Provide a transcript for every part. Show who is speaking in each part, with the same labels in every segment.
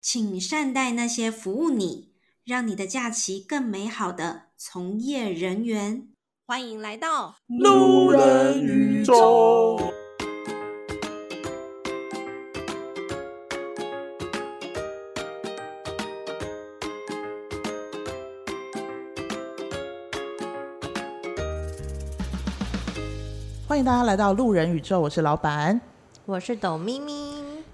Speaker 1: 请善待那些服务你、让你的假期更美好的从业人员。欢迎来到
Speaker 2: 路人宇宙。
Speaker 3: 欢迎大家来到路人宇宙，我是老板。
Speaker 4: 我是董咪咪，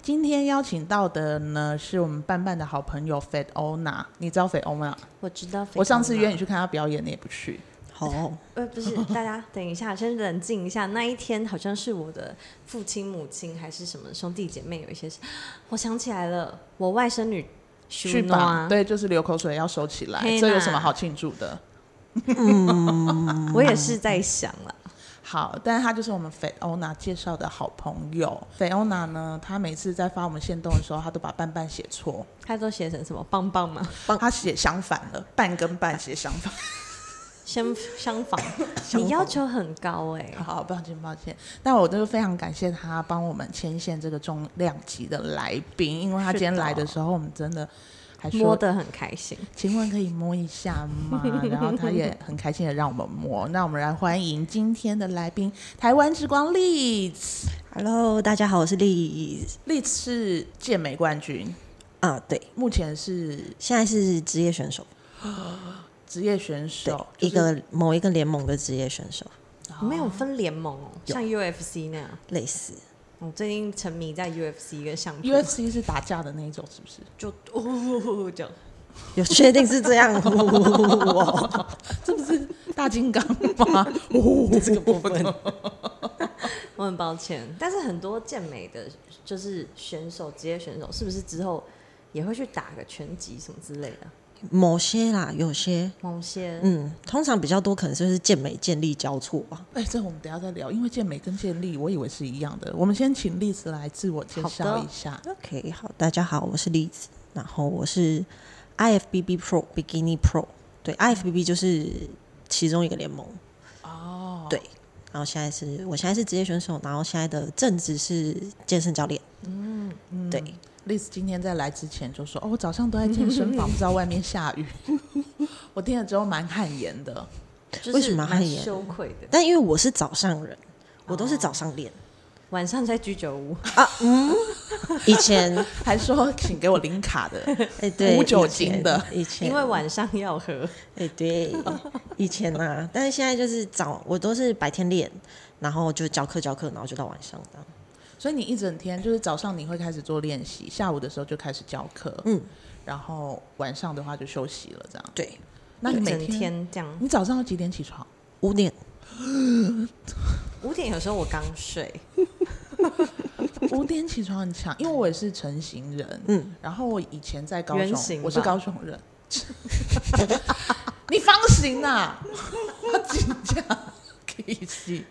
Speaker 3: 今天邀请到的呢是我们伴伴的好朋友 Fat Ona，你知道 Fat Ona？
Speaker 4: 我知道。
Speaker 3: 我上次约你去，看她表演，你也不去。
Speaker 2: 好，
Speaker 4: 呃，不是，大家等一下，先冷静一下。那一天好像是我的父亲、母亲还是什么兄弟姐妹有一些事，我想起来了，我外甥女
Speaker 3: 去
Speaker 4: 徐
Speaker 3: 吧，
Speaker 4: 诺，
Speaker 3: 对，就是流口水要收起来
Speaker 4: 嘿，啦
Speaker 3: 这有什么好庆祝的？
Speaker 4: 嗯 我也是在想了，
Speaker 3: 好，但是她就是我们 Fat Ona 介绍的好朋友。Fat Ona 呢，她每次在发我们线动的时候，她都把伴伴写错，
Speaker 4: 她都写成什么棒棒吗？
Speaker 3: 她写相反了，半跟半写相反。
Speaker 4: 相相仿，你要求很高哎、
Speaker 3: 好，抱歉抱歉，但我就是非常感谢他帮我们牵线这个重量级的来宾，因为他
Speaker 4: 是
Speaker 3: 今天来的
Speaker 4: 的
Speaker 3: 时候，我们真的还说
Speaker 4: 摸得很开心。
Speaker 3: 请问可以摸一下吗？然后他也很开心的让我们摸。 那我们来欢迎今天的来宾，台湾之光栗子，
Speaker 2: Hello，大家好，我是丽
Speaker 3: 栗子是健美冠军，
Speaker 2: 啊，对，
Speaker 3: 目前是
Speaker 2: 现在是职业选手，
Speaker 3: 职业选
Speaker 2: 对
Speaker 3: 手，，
Speaker 2: 一
Speaker 3: 哦就是
Speaker 2: 个某一个联盟的职业选手，
Speaker 4: 没有分联盟哦，
Speaker 2: 有
Speaker 4: 像 UFC 那样。
Speaker 2: 类似，
Speaker 4: 我最近沉迷在 UFC 跟相扑
Speaker 3: UFC 是打架的那一种，是不是？
Speaker 4: 就哦这样。
Speaker 2: 有确定是这 样？哇
Speaker 3: 这不是 大金刚吗？哦，这个部分。
Speaker 4: 我很抱歉，但是很多健美的就是选手，职业选手是不是之后也会去打个拳击什么之类的？
Speaker 2: 某些啦，有些，
Speaker 4: 某些、
Speaker 2: 嗯，通常比较多可能就是健美健力交错吧。
Speaker 3: 哎，这我们等一下再聊，因为健美跟健力，我以为是一样的。我们先请栗子来自我介绍
Speaker 4: 好的
Speaker 3: 一下。
Speaker 2: OK，好，大家好，我是栗子，然后我是 IFBB Pro Bikini Pro，对，IFBB 就是其中一个联盟，
Speaker 3: 哦，
Speaker 2: 对然后现在是我现在是职业选手，然后现在的正职是健身教练，嗯，对，
Speaker 3: 栗子今天在来之前就说：“哦，我早上都在健身房，不知道外面下 雨。”我听了之后蛮汗颜的。
Speaker 4: 就是
Speaker 2: 为什么
Speaker 4: 蛮
Speaker 2: 汗颜
Speaker 4: 羞愧的，
Speaker 2: 但因为我是早上人，我都是早上练，
Speaker 4: 晚上在居酒屋，
Speaker 2: 以前
Speaker 3: 还说请给我零卡的，
Speaker 2: 哎、对，
Speaker 3: 无
Speaker 2: 以
Speaker 3: 酒精的
Speaker 2: 前以前
Speaker 4: 因为晚上要喝。
Speaker 2: 哎、对，以前呐、啊，但是现在就是早，我都是白天练，然后就教课教课，然后就到晚上这样。
Speaker 3: 所以你一整天就是早上你会开始做练习，下午的时候就开始教课，
Speaker 2: 嗯，
Speaker 3: 然后晚上的话就休息了，这样。
Speaker 2: 对，
Speaker 3: 那你
Speaker 4: 一
Speaker 3: 每
Speaker 4: 整
Speaker 3: 天
Speaker 4: 天这样，
Speaker 3: 你早上要几点起床？
Speaker 2: 五点
Speaker 4: 五点有时候我刚睡，
Speaker 3: 五点起床很强，因为我也是成型人，嗯
Speaker 2: 嗯，
Speaker 3: 然后我以前在高
Speaker 4: 圆
Speaker 3: 雄，
Speaker 4: 形
Speaker 3: 我是
Speaker 4: 吧
Speaker 3: 高雄人， 你方形呐、啊，我紧张，可以洗。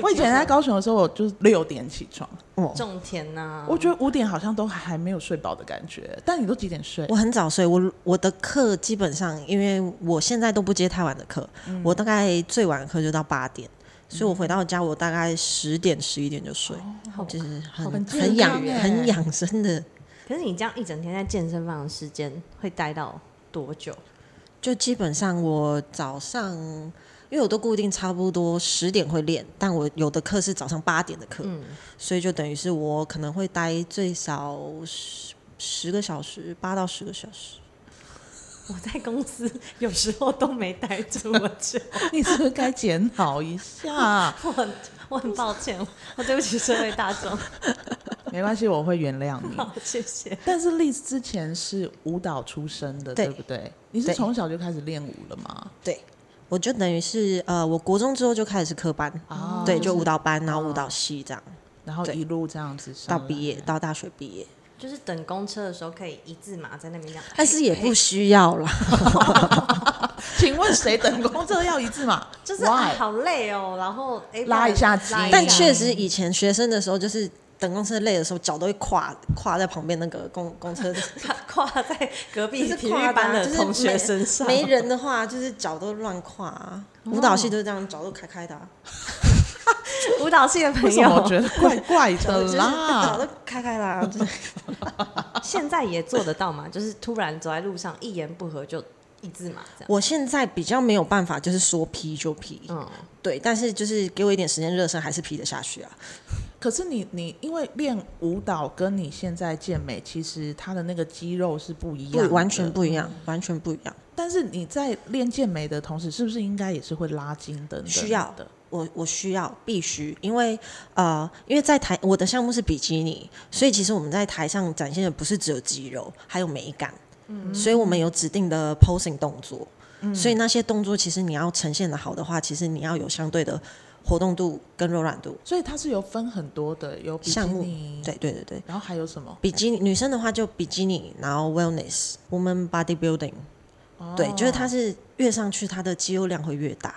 Speaker 3: 我以前在高雄的时候，我就是六点起床，
Speaker 2: 哦，
Speaker 4: 种田呐、
Speaker 3: 我觉得五点好像都还没有睡饱的感觉。但你都几点睡？
Speaker 2: 我很早睡，我我的课基本上，因为我现在都不接太晚的课，
Speaker 3: 嗯
Speaker 2: 我大概最晚的课就到八点，所以我回到家我大概十点十一点就睡，
Speaker 4: 好
Speaker 2: 就是很
Speaker 3: 哦好很健
Speaker 2: 很养
Speaker 3: 康耶
Speaker 2: 很养生的，
Speaker 4: 可是你这样一整天在健身房的时间会待到多久？
Speaker 2: 嗯就基本上我早上，因为我都固定差不多十点会练，但我有的课是早上八点的课，
Speaker 4: 嗯，
Speaker 2: 所以就等于是我可能会待最少十十个小时，八到十个小时。
Speaker 4: 我在公司 有时候都没待这么久。
Speaker 3: 你是不是该检讨一下？
Speaker 4: 我很我很抱歉，我对不起社会大众，
Speaker 3: 没关系，我会原谅你。
Speaker 4: 好谢谢。
Speaker 3: 但是丽之前是舞蹈出身的，
Speaker 2: 对
Speaker 3: 对不对？你是
Speaker 2: 对
Speaker 3: 从小就开始练舞了吗？
Speaker 2: 对，我就等于是呃，我国中之后就开始是科班，
Speaker 3: 啊
Speaker 2: 对，哦就舞嗯蹈班，然后舞蹈系这样，
Speaker 3: 然后
Speaker 2: 对
Speaker 3: 一路这样子上
Speaker 2: 到
Speaker 3: 来
Speaker 2: 毕业到大学毕业，
Speaker 4: 就是等公车的时候可以一字马在那边这样，哎
Speaker 2: 但是也不需要啦。
Speaker 3: 请问谁等工作要一致 嘛？
Speaker 4: 就是哎
Speaker 2: 啊
Speaker 3: why？
Speaker 4: 好累哦，然后哎
Speaker 3: 拉一下筋
Speaker 4: 拉一
Speaker 2: 但
Speaker 4: 下
Speaker 2: 确实以前学生的时候，就是等公车累的时候，脚都会跨跨在旁边那个公公车，
Speaker 4: 跨跨在隔壁
Speaker 2: 就是
Speaker 4: 体育
Speaker 2: 跨
Speaker 4: 班
Speaker 2: 的啊
Speaker 4: 的同学身上，
Speaker 2: 没人的话，就是脚都乱跨啊。舞蹈系都是这样，脚都开开的啊，
Speaker 4: 舞蹈系的
Speaker 3: 为
Speaker 4: 朋
Speaker 3: 什么我
Speaker 4: 友
Speaker 3: 觉得怪怪的
Speaker 2: 就是脚
Speaker 3: 啦？
Speaker 2: 都开开的啊，就是
Speaker 4: 现在也做得到吗？就是突然走在路上，一言不合就一字马这样。
Speaker 2: 我现在比较没有办法，就是说劈就劈，
Speaker 4: 嗯，
Speaker 2: 对，但是就是给我一点时间热身，还是劈得下去啊。
Speaker 3: 可是你你因为练舞蹈跟你现在健美，其实它的那个肌肉是不一样
Speaker 2: 不
Speaker 3: 的，，嗯
Speaker 2: 完全不一样，完全不一样。
Speaker 3: 但是你在练健美的同时，是不是应该也是会拉筋等等的？
Speaker 2: 需要
Speaker 3: 的。
Speaker 2: 我我需要必须，因为呃，因为在台我的项目是比基尼，所以其实我们在台上展现的不是只有肌肉，还有美感。嗯，所以我们有指定的 posing 动作，
Speaker 3: 嗯
Speaker 2: 所以那些动作其实你要呈现的好的话，其实你要有相对的活动度跟柔软度。
Speaker 3: 所以它是有分很多的，有比基
Speaker 2: 项目
Speaker 3: 尼，
Speaker 2: 对，对对对，
Speaker 3: 然后还有什么？
Speaker 2: 比基尼女生的话就比基尼，然后 wellness、woman body building，对，就是它是越上去它的肌肉量会越大，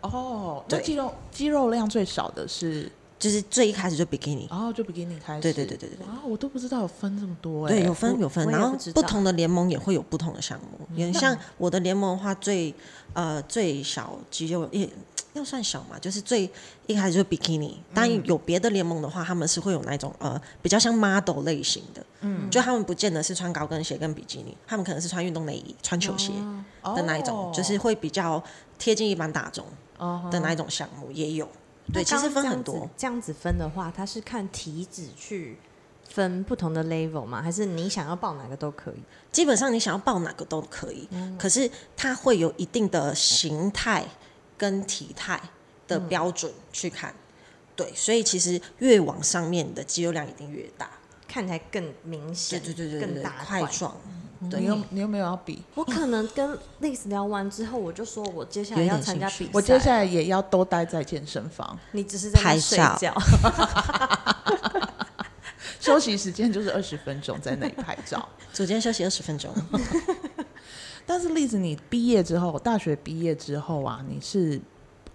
Speaker 3: 哦，那
Speaker 2: 对
Speaker 3: 肌肉肌肉量最少的是，
Speaker 2: 就是最一开始就比基尼。
Speaker 3: 哦，就比基尼开始。
Speaker 2: 对对对对对对。
Speaker 3: 啊，我都不知道有分这么多哎、
Speaker 2: 对，有分
Speaker 4: 我
Speaker 2: 有分，
Speaker 4: 我也
Speaker 2: 然
Speaker 4: 不
Speaker 2: 后
Speaker 4: 知
Speaker 2: 不
Speaker 4: 道
Speaker 2: 同的联盟也会有不同的项目。也像我的联盟的话，最呃最小肌肉也要算小嘛，就是最一开始就是比基尼。但
Speaker 4: 嗯
Speaker 2: 有别的联盟的话，他们是会有那种呃比较像 model 类型的，嗯，就他们不见得是穿高跟鞋跟比基尼，他们可能是穿运动内衣、穿球鞋
Speaker 3: 哦
Speaker 2: 的那一种，就是会比较贴近一般大众
Speaker 3: 哦
Speaker 2: 的那一种项目也有。
Speaker 4: 那
Speaker 2: 对，其实
Speaker 4: 刚刚
Speaker 2: 分
Speaker 4: 这
Speaker 2: 很
Speaker 4: 样子
Speaker 2: 多。
Speaker 4: 这样子分的话，它是看体脂去分不同的 level 吗？还是你想要报哪个都可以？
Speaker 2: 基本上你想要报哪个都可以，可是它会有一定的形态跟体态的标准去看。对，所以其实越往上面，你的肌肉量一定越大。
Speaker 4: 看起来更明
Speaker 2: 对
Speaker 4: 显，
Speaker 2: 对对对对嗯
Speaker 4: 更
Speaker 2: 对，
Speaker 4: 大
Speaker 2: 块状。对
Speaker 3: 你，有你有没有要比？
Speaker 4: 我可能跟 Liz 聊完之后，我就说我接下来
Speaker 2: 有
Speaker 4: 要
Speaker 2: 点
Speaker 4: 参加
Speaker 2: 兴
Speaker 4: 比
Speaker 2: 趣
Speaker 4: 赛，
Speaker 3: 我接下来也要都待在健身房，
Speaker 4: 你只是在那
Speaker 2: 拍
Speaker 4: 睡
Speaker 2: 照
Speaker 4: 觉，
Speaker 3: 休息时间就是二十分钟，在那里拍照。
Speaker 2: 组间休息二十分钟。
Speaker 3: 但是栗子，你毕业之后，大学毕业之后啊，你是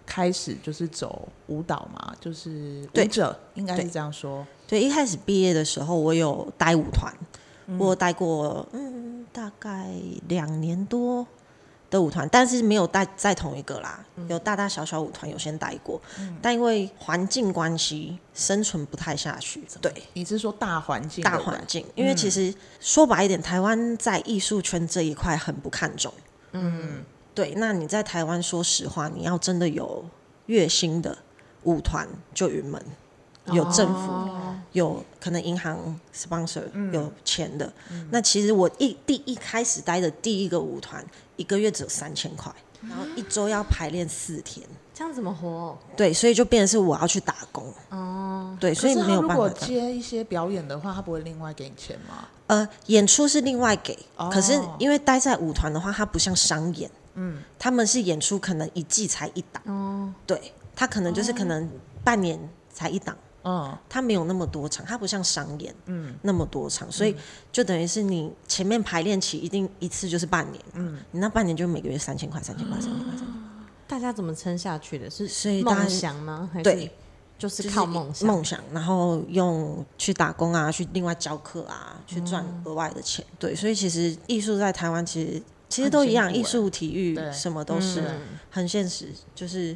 Speaker 3: 开始就是走舞蹈嘛，就是舞
Speaker 2: 对
Speaker 3: 者，应该是
Speaker 2: 对
Speaker 3: 这样说。
Speaker 2: 对，一开始毕业的时候，我有待舞团，我有待过嗯大概两年多的舞团，但是没有待在同一个啦，有大大小小舞团有先待过，但因为环境关系，生存不太下去。对。
Speaker 3: 你是说大环境的
Speaker 2: 大
Speaker 3: 吧？嗯
Speaker 2: 环境，因为其实说白一点，台湾在艺术圈这一块很不看重。
Speaker 3: 嗯，
Speaker 2: 对，那你在台湾，说实话，你要真的有月薪的舞团，就云门有政府，
Speaker 3: 哦嗯
Speaker 2: 有可能银行 sponsor 有钱的。那其实我一第一开始待的第一个舞团，一个月只有三千块，然后一周要排练四天。
Speaker 4: 这样怎么活、
Speaker 2: 对，所以就变成是我要去打工。
Speaker 4: 哦，
Speaker 2: 对，所以
Speaker 3: 可是
Speaker 2: 没
Speaker 3: 他
Speaker 2: 有
Speaker 3: 如
Speaker 2: 办
Speaker 3: 果
Speaker 2: 法这样。
Speaker 3: 接一些表演的话，他不会另外给你钱吗？
Speaker 2: 呃，演出是另外给，
Speaker 3: 哦
Speaker 2: 可是因为待在舞团的话，它不像商演，嗯，他们是演出可能一季才一档，
Speaker 4: 哦，
Speaker 2: 对，他可能就是可能半年才一档，
Speaker 3: 嗯，
Speaker 2: 它没有那么多场，它不像商演，嗯，那么多场，所以就等于是你前面排练期一定一次就是半年，嗯，你那半年就每个月三千块，三千块，三千块，三千块，
Speaker 4: 大家怎么撑下去的？
Speaker 2: 所
Speaker 4: 是
Speaker 2: 以大家
Speaker 4: 梦想吗？还是
Speaker 2: 对，
Speaker 4: 就是
Speaker 2: 就是
Speaker 4: 靠梦想。
Speaker 2: 梦想，然后用去打工啊，去另外教课啊，去赚额外的钱。
Speaker 4: 嗯
Speaker 2: 对，所以其实艺术在台湾其实其实都一样，
Speaker 3: 很辛
Speaker 2: 艺
Speaker 4: 欸
Speaker 3: 苦
Speaker 2: 术、体育
Speaker 3: 对
Speaker 2: 什么都是、
Speaker 4: 嗯
Speaker 2: 很现实，就是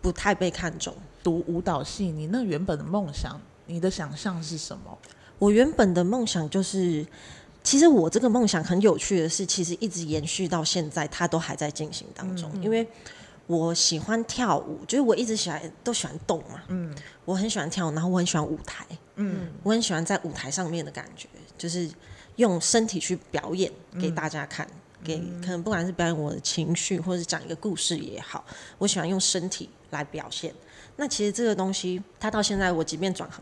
Speaker 2: 不太被看重。
Speaker 3: 读舞蹈系，你那原本的梦想，你的想象是什么？
Speaker 2: 我原本的梦想就是，其实我这个梦想很有趣的是，其实一直延续到现在，它都还在进行当中。因为我喜欢跳舞，就是我一直喜欢都喜欢动嘛，嗯，我很喜欢跳舞，然后我很喜欢舞台，嗯，我很喜欢在舞台上面的感觉，就是用身体去表演给大家看。给可能不管是表演我的情绪，或者是讲一个故事也好，我喜欢用身体来表现。那其实这个东西，它到现在我即便转行，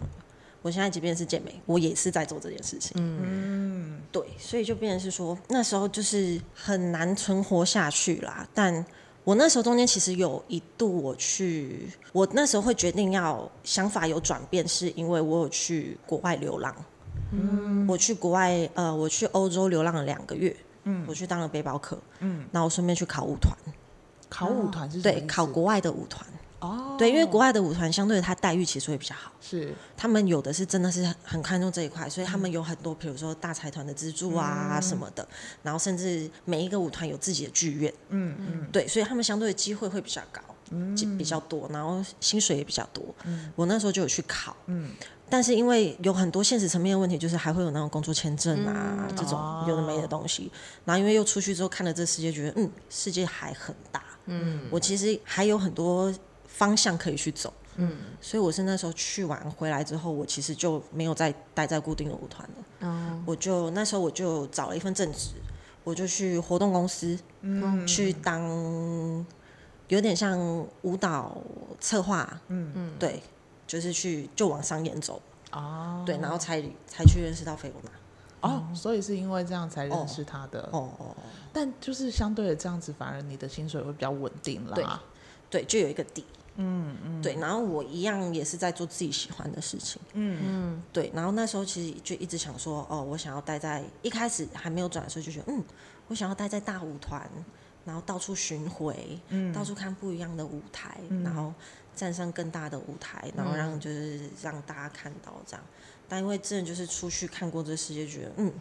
Speaker 2: 我现在即便是健美，我也是在做这件事情。嗯，对，所以就变成是说，那时候就是很难存活下去啦。但我那时候中间其实有一度我去，我那时候会决定要想法有转变，是因为我有去国外流浪。嗯，我去国外，呃，我去欧洲流浪了两个月。嗯，我去当了背包客。嗯，然后我顺便去考舞团，
Speaker 3: 考舞团是什么
Speaker 2: 对
Speaker 3: 意，思
Speaker 2: 考国外的舞团。
Speaker 3: 哦，
Speaker 2: 对，因为国外的舞团相对它待遇其实会比较好。
Speaker 3: 是
Speaker 2: 他们有的是真的是很看重这一块，所以他们有很多，比如说大财团的资助啊什么的，然后甚至每一个舞团有自己的剧院，
Speaker 3: 嗯嗯，
Speaker 2: 对，所以他们相对的机会会比较高，嗯，比较多，然后薪水也比较多。我那时候就有去考，嗯，但是因为有很多现实层面的问题，就是还会有那种工作签证啊、这
Speaker 3: 哦
Speaker 2: 种有的没的东西。然后因为又出去之后看了这世界，觉得嗯，世界还很大，嗯，我其实还有很多方向可以去走，嗯，所以我是那时候去完回来之后，我其实就没有再待在固定的舞团了。
Speaker 4: 哦，
Speaker 2: 我就那时候我就找了一份正职，我就去活动公司，嗯，去当有点像舞蹈策划，嗯嗯，对，就是去就往商演走，
Speaker 3: 哦
Speaker 2: 对，然后才才去认识到菲欧娜。
Speaker 3: 哦，所以是因为这样才认
Speaker 2: 哦
Speaker 3: 识他的，
Speaker 2: 哦哦，哦
Speaker 3: 但就是相对的这样子，反而你的薪水会比较稳定啦。
Speaker 2: 对对，就有一个底，嗯嗯，对，然后我一样也是在做自己喜欢的事情，嗯嗯，对，然后那时候其实就一直想说，哦，我想要待在一开始还没有转的时候就觉得，嗯，我想要待在大舞团，然后到处巡回，到处看不一样的舞台，然后站上更大的舞台，然后让就是让大家看到这样，但因为真的就是出去看过这世界，觉得嗯。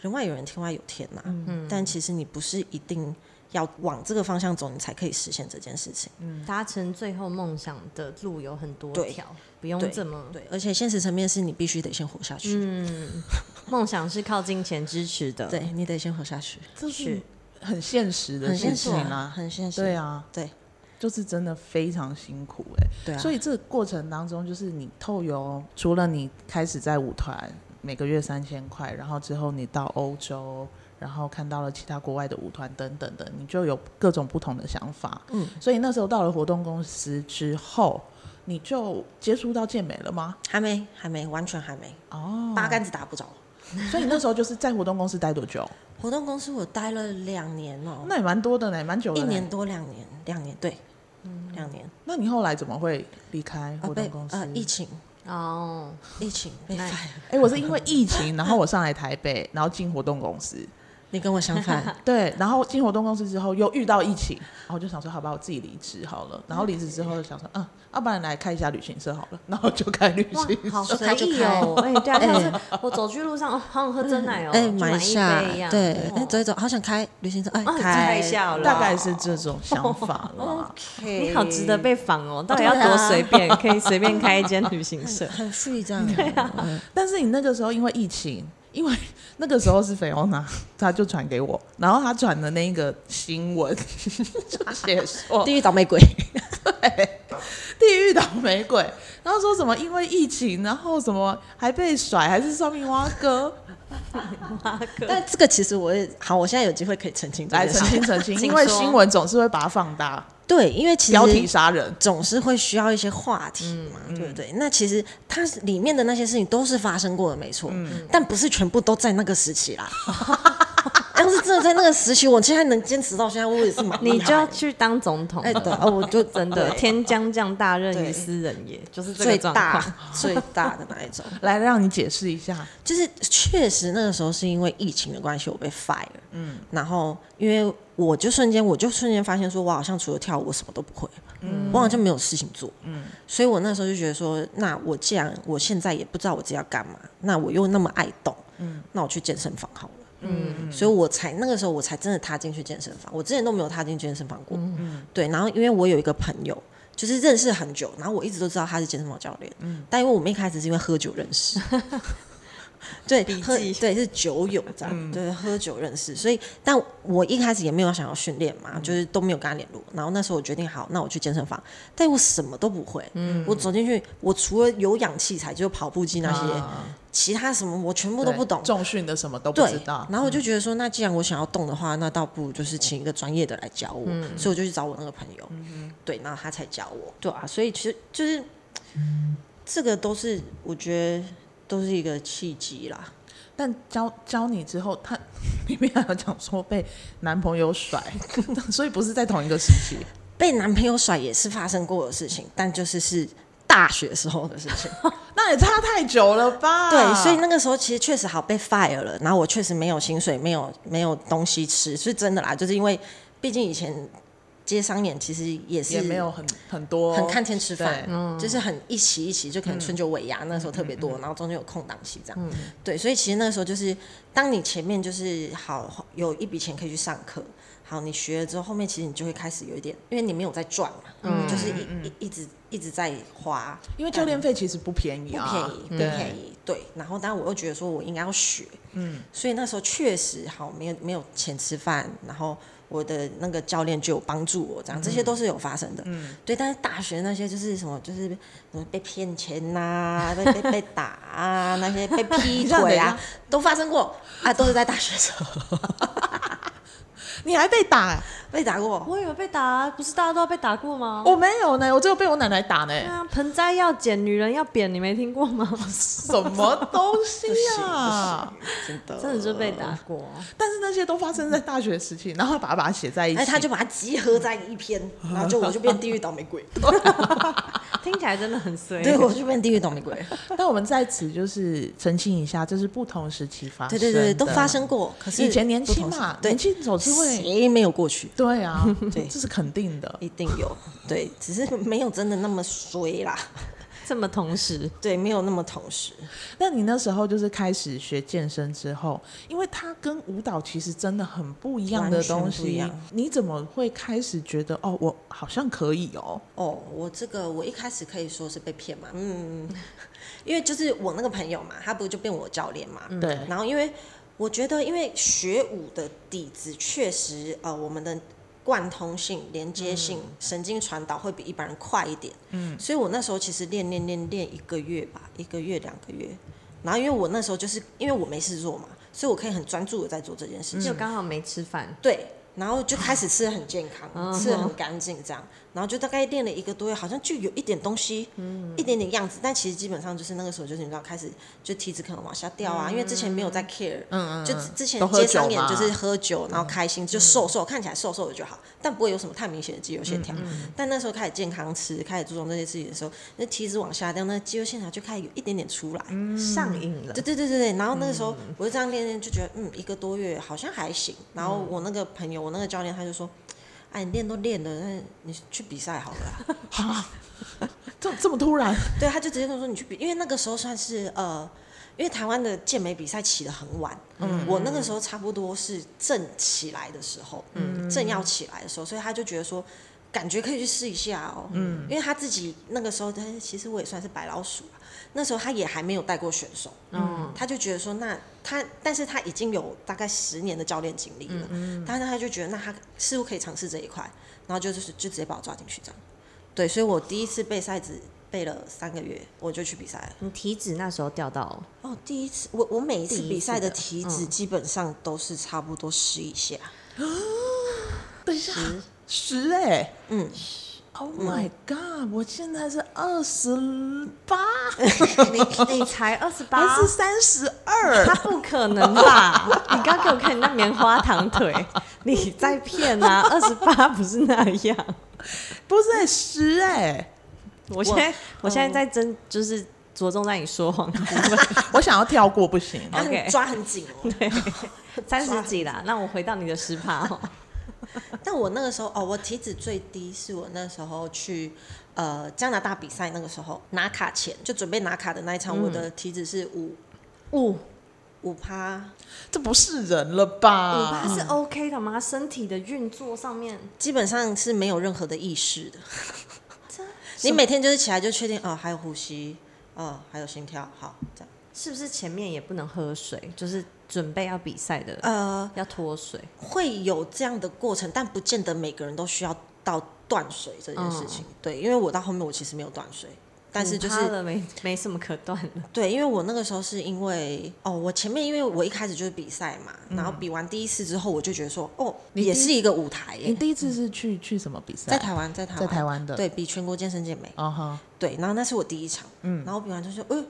Speaker 2: 人外有人，天外有天呐、嗯，但其实你不是一定要往这个方向走，你才可以实现这件事情。
Speaker 4: 达成最后梦想的路有很多
Speaker 2: 对
Speaker 4: 条，不用
Speaker 2: 对
Speaker 4: 这么。
Speaker 2: 对，而且现实层面是你必须得先活下去，
Speaker 4: 嗯，梦想是靠金钱支持的。
Speaker 2: 对你得先活下去，
Speaker 3: 这是
Speaker 4: 是
Speaker 3: 很现实的
Speaker 2: 很
Speaker 3: 事
Speaker 2: 现实
Speaker 3: 情
Speaker 2: 啊，
Speaker 3: 啊。
Speaker 2: 很现实。
Speaker 3: 对，啊，
Speaker 2: 对
Speaker 3: 就是真的非常辛苦哎、
Speaker 2: 对啊。
Speaker 3: 所以这个过程当中，就是你透油，除了你开始在舞团每个月三千块，然后之后你到欧洲，然后看到了其他国外的舞团等等的，你就有各种不同的想法。
Speaker 2: 嗯，
Speaker 3: 所以那时候到了活动公司之后，你就接触到健美了 吗？
Speaker 2: 还没，还没，完全还没，
Speaker 3: 哦，
Speaker 2: 八竿子打不着。
Speaker 3: 所以你那时候就是在活动公司待多久？
Speaker 2: 活动公司我待了两年哦、
Speaker 3: 那也蛮多的呢，蛮久了。
Speaker 2: 一年。多两年，两年对，
Speaker 4: 嗯
Speaker 2: 两年
Speaker 3: 那你后来怎么会离开
Speaker 2: 啊
Speaker 3: 活
Speaker 2: 被
Speaker 3: 动公司？
Speaker 2: 呃疫情
Speaker 4: 哦，
Speaker 2: 疫情被
Speaker 4: 那
Speaker 2: fire
Speaker 3: 哎、我是因为疫情，然后我上来台北，然后进活动公司。
Speaker 2: 你跟我 相
Speaker 4: 哦
Speaker 2: 反
Speaker 3: 对，然后进活动公司之后又遇到疫情，然后我就想说，好吧，我自己离职好了。然后离职之后就想说，嗯，要不然来开一下旅行社好了，然后就开旅
Speaker 4: 哇
Speaker 3: 行，社。
Speaker 4: 好
Speaker 2: 说
Speaker 4: 随
Speaker 2: 开就
Speaker 4: 意
Speaker 2: 开
Speaker 4: 哦！哎，对啊，像是我走去路上，哦，好想喝真奶哦，
Speaker 2: 哎
Speaker 4: 就买
Speaker 2: 一下
Speaker 4: 杯一样
Speaker 2: 对
Speaker 4: 哦，
Speaker 2: 哎走一走，好想开旅行社哎
Speaker 4: 哦
Speaker 2: 开
Speaker 4: 开一下好了
Speaker 3: 大概是这种想法啦。
Speaker 2: OK。
Speaker 4: 你好值得被仿哦，到底要多随 便，可以随便开一间旅行社
Speaker 2: 很 free 这样对啊
Speaker 3: 但是你那个时候因为疫情，因为那个时候是菲欧娜，她就传给我，然后她传的那个新闻就写说
Speaker 2: 地狱倒 霉鬼
Speaker 3: 地狱倒霉鬼，然后说什么因为疫情，然后什么还被甩，还是上面挖哥，
Speaker 2: 但这个其实我也好，我现在有机会可以澄清这
Speaker 3: 来
Speaker 2: 件事
Speaker 3: 澄清澄清，
Speaker 4: 请
Speaker 3: 因为
Speaker 4: 说
Speaker 3: 新闻总是会把它放大，
Speaker 2: 对，因为其
Speaker 3: 标题
Speaker 2: 实
Speaker 3: 杀人。
Speaker 2: 总是会需要一些话题
Speaker 4: 嗯
Speaker 2: 嘛，对不对？那其实它里面的那些事情都是发生过的，没错，
Speaker 4: 嗯
Speaker 2: 但不是全部都在那个时期啦。 要是真的在那个时期，我现在能坚持到现在，我也是蛮
Speaker 4: 你
Speaker 2: 厉
Speaker 4: 就要
Speaker 2: 害。
Speaker 4: 去当总统了，
Speaker 2: 哎，对哦，我就
Speaker 4: 真的
Speaker 2: 对
Speaker 4: 天将降大任于
Speaker 2: 对
Speaker 4: 斯人也，就是这
Speaker 2: 最
Speaker 4: 个状况
Speaker 2: 大。最大的那一种，
Speaker 3: 来让你解释一下，
Speaker 2: 就是确实那个时候是因为疫情的关系，我被 fire，嗯，然后因为我就瞬间我就瞬间发现说，我好像除了跳舞我什么都不会，嗯，我好像没有事情做，嗯，所以我那时候就觉得说，那我既然我现在也不知道我自己要干嘛，那我又那么爱动，嗯，那我去健身房好了。嗯，所以我才那个时候我才真的踏进去健身房，我之前都没有踏进健身房过。嗯，对，然后因为我有一个朋友，就是认识很久，然后我一直都知道他是健身房教练，嗯，但因为我们一开始是因为喝酒认 识，对，喝
Speaker 4: 记
Speaker 2: 对是酒友这样，对，喝酒认识，所以但我一开始也没有想要训练嘛，就是都没有跟他联络。然后那时候我决定好，那我去健身房，但我什么都不会，我走进去，我除了有氧器材，就是跑步机那些，
Speaker 3: 啊
Speaker 2: 其他什么我全部都不懂
Speaker 3: 对。重训的什么都不
Speaker 2: 对
Speaker 3: 知道，，嗯
Speaker 2: 然后我就觉得说，那既然我想要动的话，那倒不如就是请一个专业的来教我，
Speaker 3: 嗯
Speaker 2: 所以我就去找我那个朋友，对，然后他才教我，对啊，所以其实就是这个都是我觉得都是一个契机啦，
Speaker 3: 但教教你之后，他里面还有讲说被男朋友甩， 所以不是在同一个时期。
Speaker 2: 被男朋友甩也是发生过的事情，但就是是大学时候的事 情。
Speaker 3: 那也差太久了吧？
Speaker 2: 对，所以那个时候其实确实好被 fire 了，然后我确实没有薪水，没有没有东西吃，是真的啦，就是因为毕竟以前接商演其实也是
Speaker 3: 也没有很很多，
Speaker 2: 很看天吃饭
Speaker 3: 对，嗯
Speaker 2: 就是很一期一期，就可能春秋尾牙那时候特别多，然后中间有空档期这样。对，所以其实那个时候就是，当你前面就是好有一笔钱可以去上课，好你学了之后，后面其实你就会开始有一点，因为你没有在赚嘛，
Speaker 3: 嗯
Speaker 2: 就是一一一直一直在花，
Speaker 3: 因为教练费其实不便宜
Speaker 2: 不
Speaker 3: 啊，
Speaker 2: 便宜，不
Speaker 3: 对
Speaker 2: 便宜。对，然后但我又觉得说我应该要学，
Speaker 3: 嗯，
Speaker 2: 所以那时候确实好没有没有钱吃饭，然后我的那个教练就有帮助我，这样这些都是有发生的。嗯，对，但是大学那些就是什么，就是什么被骗钱呐、被 被被打啊，那些被劈
Speaker 3: 让
Speaker 2: 腿
Speaker 3: 人
Speaker 2: 啊
Speaker 3: 家，
Speaker 2: 都发生过啊，都是在大学的时候
Speaker 3: 你还被打、啊
Speaker 2: 被打过。
Speaker 4: 我以为被打啊，不是大家都要被打过
Speaker 2: 哦
Speaker 4: 吗？
Speaker 3: 我没有呢，我只有被我奶奶打
Speaker 4: 对
Speaker 3: 呢，
Speaker 4: 啊，盆栽要剪，女人要扁，你没听过 吗？
Speaker 3: 什么东西啊？
Speaker 2: 真的，
Speaker 4: 真的是被打过。
Speaker 3: 但是那些都发生在大学时期，然后把它把它写在一起，
Speaker 2: 哎，他就把它集合在一篇，然后就我就变地狱倒霉鬼，
Speaker 4: 听起来真的很衰。
Speaker 2: 对，我就变地狱倒霉鬼，
Speaker 3: 但我们在此就是澄清一下，这是不同时期发生
Speaker 2: 对
Speaker 3: 的
Speaker 2: 对对，都发。生过。可是
Speaker 3: 以前年
Speaker 2: 不
Speaker 3: 轻
Speaker 2: 同
Speaker 3: 嘛，
Speaker 2: 对
Speaker 3: 年，轻总是会，
Speaker 2: 谁没有过去？
Speaker 3: 对啊，
Speaker 2: 对
Speaker 3: 这是肯定的。
Speaker 2: 一定有，对，只是没有真的那么衰啦，
Speaker 4: 这么同时，
Speaker 2: 对，没有那么同时。
Speaker 3: 那你那时候就是开始学健身之后，因为它跟舞蹈其实真的很不一样的东
Speaker 2: 完全不一
Speaker 3: 西
Speaker 2: 样，
Speaker 3: 你怎么会开始觉得哦，我好像可以哦？
Speaker 2: 哦，我这个我一开始可以说是被骗嘛，嗯， 因为就是我那个朋友嘛，他不就变我教练嘛，
Speaker 3: 对
Speaker 2: 然后因为我觉得，因为学舞的底子确实，呃，我们的贯通性、连接性、神经传导会比一般人快一点，嗯，所以我那时候其实练练练练一个月吧，一个月两个月，然后因为我那时候就是因为我没事做嘛，所以我可以很专注的在做这件事情
Speaker 4: 就。刚好没吃饭，
Speaker 2: 对，然后就开始吃的很健康，
Speaker 4: 嗯
Speaker 2: 吃的很干净，这样，然后就大概练了一个多月，好像就有一点东西，
Speaker 3: 嗯
Speaker 2: 一点点样子，但其实基本上就是那个时候就是你知道开始就体脂可能往下掉啊，因为之前没有在 care，
Speaker 3: 嗯嗯
Speaker 2: 就之之前
Speaker 3: 都喝
Speaker 2: 接商
Speaker 3: 酒
Speaker 2: 演
Speaker 3: 嘛嗯
Speaker 2: 就是喝酒，然后开心就瘦瘦，看起来瘦瘦的就好，但不会有什么太明显的肌
Speaker 3: 嗯
Speaker 2: 肉线条。但那时候开始健康吃，开始注重这些事情的时候，那体脂往下掉，那肌肉线条就开始有一点点出来。
Speaker 3: 嗯
Speaker 4: 上瘾了
Speaker 2: 对。对对对对，然后那个时候我就这样练练，就觉得嗯，一个多月好像还行。然后我那个朋友，我那个教练他就说：“哎，你练都练了，那你去比赛好了啦。
Speaker 3: 哈，这这么突 然，
Speaker 2: 对，他就直接跟我说：“你去比，因为那个时候算是呃，因为台湾的健美比赛起得很晚，我那个时候差不多是正起来的时候，正要起来的时候，所以他就觉得说。”感觉可以去试一下哦，嗯，因为他自己那个时候，他其实我也算是白老鼠啊。那时候他也还没有带过选手，
Speaker 4: 嗯，
Speaker 2: 他就觉得说，那他，但是他已经有大概十年的教练经历了，但是他就觉得，那他似乎可以尝试这一块，然后就就是就直接把我抓进去这样。对，所以我第一次备赛只备了三个月，我就去比赛了。
Speaker 4: 你体脂那时候掉 到
Speaker 2: 哦，第一次，我我每一次
Speaker 4: 第一
Speaker 2: 比赛
Speaker 4: 次
Speaker 2: 的嗯
Speaker 4: 的
Speaker 2: 体脂基本上都是差不多十以 下，
Speaker 3: 等一下，十哎、
Speaker 2: 嗯，
Speaker 3: o h my god！我现在是二十八，
Speaker 4: 你你才二十八
Speaker 3: 还，是三十二？
Speaker 4: 他不可能 吧？你刚给我看你那棉花糖腿， 你在骗啊！二十八不是那样。
Speaker 3: 不是、欸、 十哎、
Speaker 4: 我嗯现在我现在在真就是着重在你说 谎的部分，
Speaker 3: 我想要跳过不 行。
Speaker 2: 然后你
Speaker 4: OK
Speaker 2: 抓很紧哦。
Speaker 4: 三十几啦。那我回到你的十趴哦，
Speaker 2: 但我那个时候哦，我体脂最低是我那时候去呃加拿大比赛那个时候拿卡前就准备拿卡的那一场，我的体脂是五
Speaker 4: 五
Speaker 2: 五趴，
Speaker 3: 这不是人了
Speaker 4: 五趴
Speaker 3: 吧？
Speaker 4: 是 OK 的吗？身体的运作上面，
Speaker 2: 基本上是没有任何的意识的。 你每天就是起来就确定哦，还有呼吸，哦，还有心跳，好这样。
Speaker 4: 是不是前面也不能喝水？就是准备要比赛的，
Speaker 2: 呃，
Speaker 4: 要脱水。
Speaker 2: 会有这样的过程，但不见得每个人都需要到断水这件事
Speaker 3: 嗯
Speaker 2: 情。对，因为我到后面我其实没有断水，但是就
Speaker 4: 五趴
Speaker 2: 是
Speaker 4: 了没没什么可断了。
Speaker 2: 对，因为我那个时候是因为哦，我前面因为我一开始就是比赛嘛，
Speaker 3: 嗯
Speaker 2: 然后比完第一次之后，我就觉得说哦，
Speaker 3: 你
Speaker 2: 也
Speaker 3: 第
Speaker 2: 是一个舞台
Speaker 3: 你
Speaker 2: 耶，
Speaker 3: 第一次是去去什么比赛？
Speaker 2: 在台湾，在台
Speaker 3: 在
Speaker 2: 湾，
Speaker 3: 台湾的。，
Speaker 2: 对比全国健身健美，
Speaker 3: 啊哈，
Speaker 2: 对，然后那是我第一场，
Speaker 3: 嗯
Speaker 2: 然后比完就说，呃，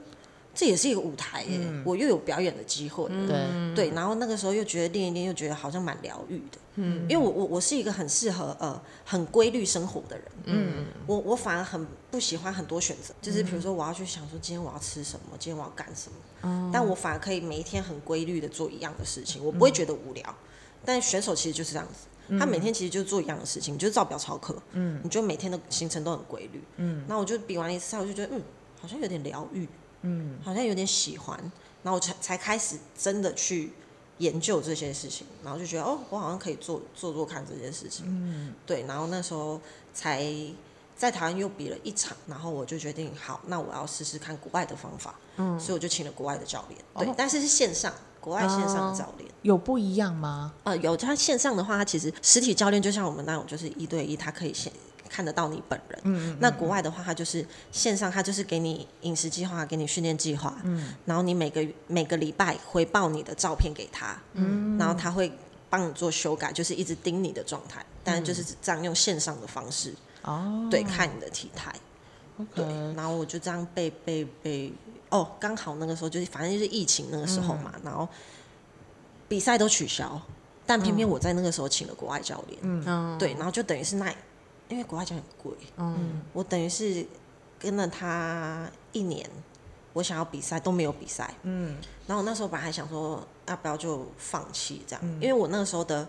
Speaker 2: 这也是一个舞台耶，我又有表演的机会了，
Speaker 3: 对，
Speaker 2: 对，然后那个时候又觉得练一练，又觉得好像蛮疗愈的。嗯，因为我我我是一个很适合呃很规律生活的人。嗯，我我反而很不喜欢很多选择，就是比如说我要去想说今天我要吃什么，今天我要干什么。但我反嗯而可以每一天很规律的做一样的事情，我不会觉得无聊。但选手其实就是这样子，他每天其实就做一样的事情，就是照表操课，嗯，你就每天的行程都很规律，嗯，那我就比完一次赛，我就觉得嗯，好像有点疗愈，嗯，好像有点喜欢，然后我才才开始真的去研究这些事情，然后就觉得哦，我好像可以做做做看这件事情，嗯，对，然后那时候才在台湾又比了一场，然后我就决定好，那我要试试看国外的方法，嗯，哦所以我就请了国外的教练，对，但是是线上，国外线上的教练。
Speaker 3: 有不一样吗？
Speaker 2: 呃，有他线上的话，他其实实体教练就像我们那种，就是一对一，他可以先看得到你本人。嗯那国外的话，他就是线上，他就是给你饮食计划，给你训练计划，嗯，然后你每个每个礼拜回报你的照片给他，嗯，然后他会帮你做修改，就是一直盯你的状态，但就是这样用线上的方式，
Speaker 3: 哦，
Speaker 2: 对，看你的体态。对
Speaker 3: ，OK，，
Speaker 2: 然后我就这样被被被，哦，刚好那个时候就是反正就是疫情那个时候嘛，然后比赛都取消，但偏偏我在那个时候请了国外教练，
Speaker 4: 嗯，
Speaker 2: 对，然后就等于是那，因为国外教练很贵，
Speaker 4: 嗯，
Speaker 2: 我等于是跟了他一年，我想要比赛都没有比赛，
Speaker 3: 嗯，
Speaker 2: 然后我那时候本来还想说要不要就放弃这样，因为我那个时候的，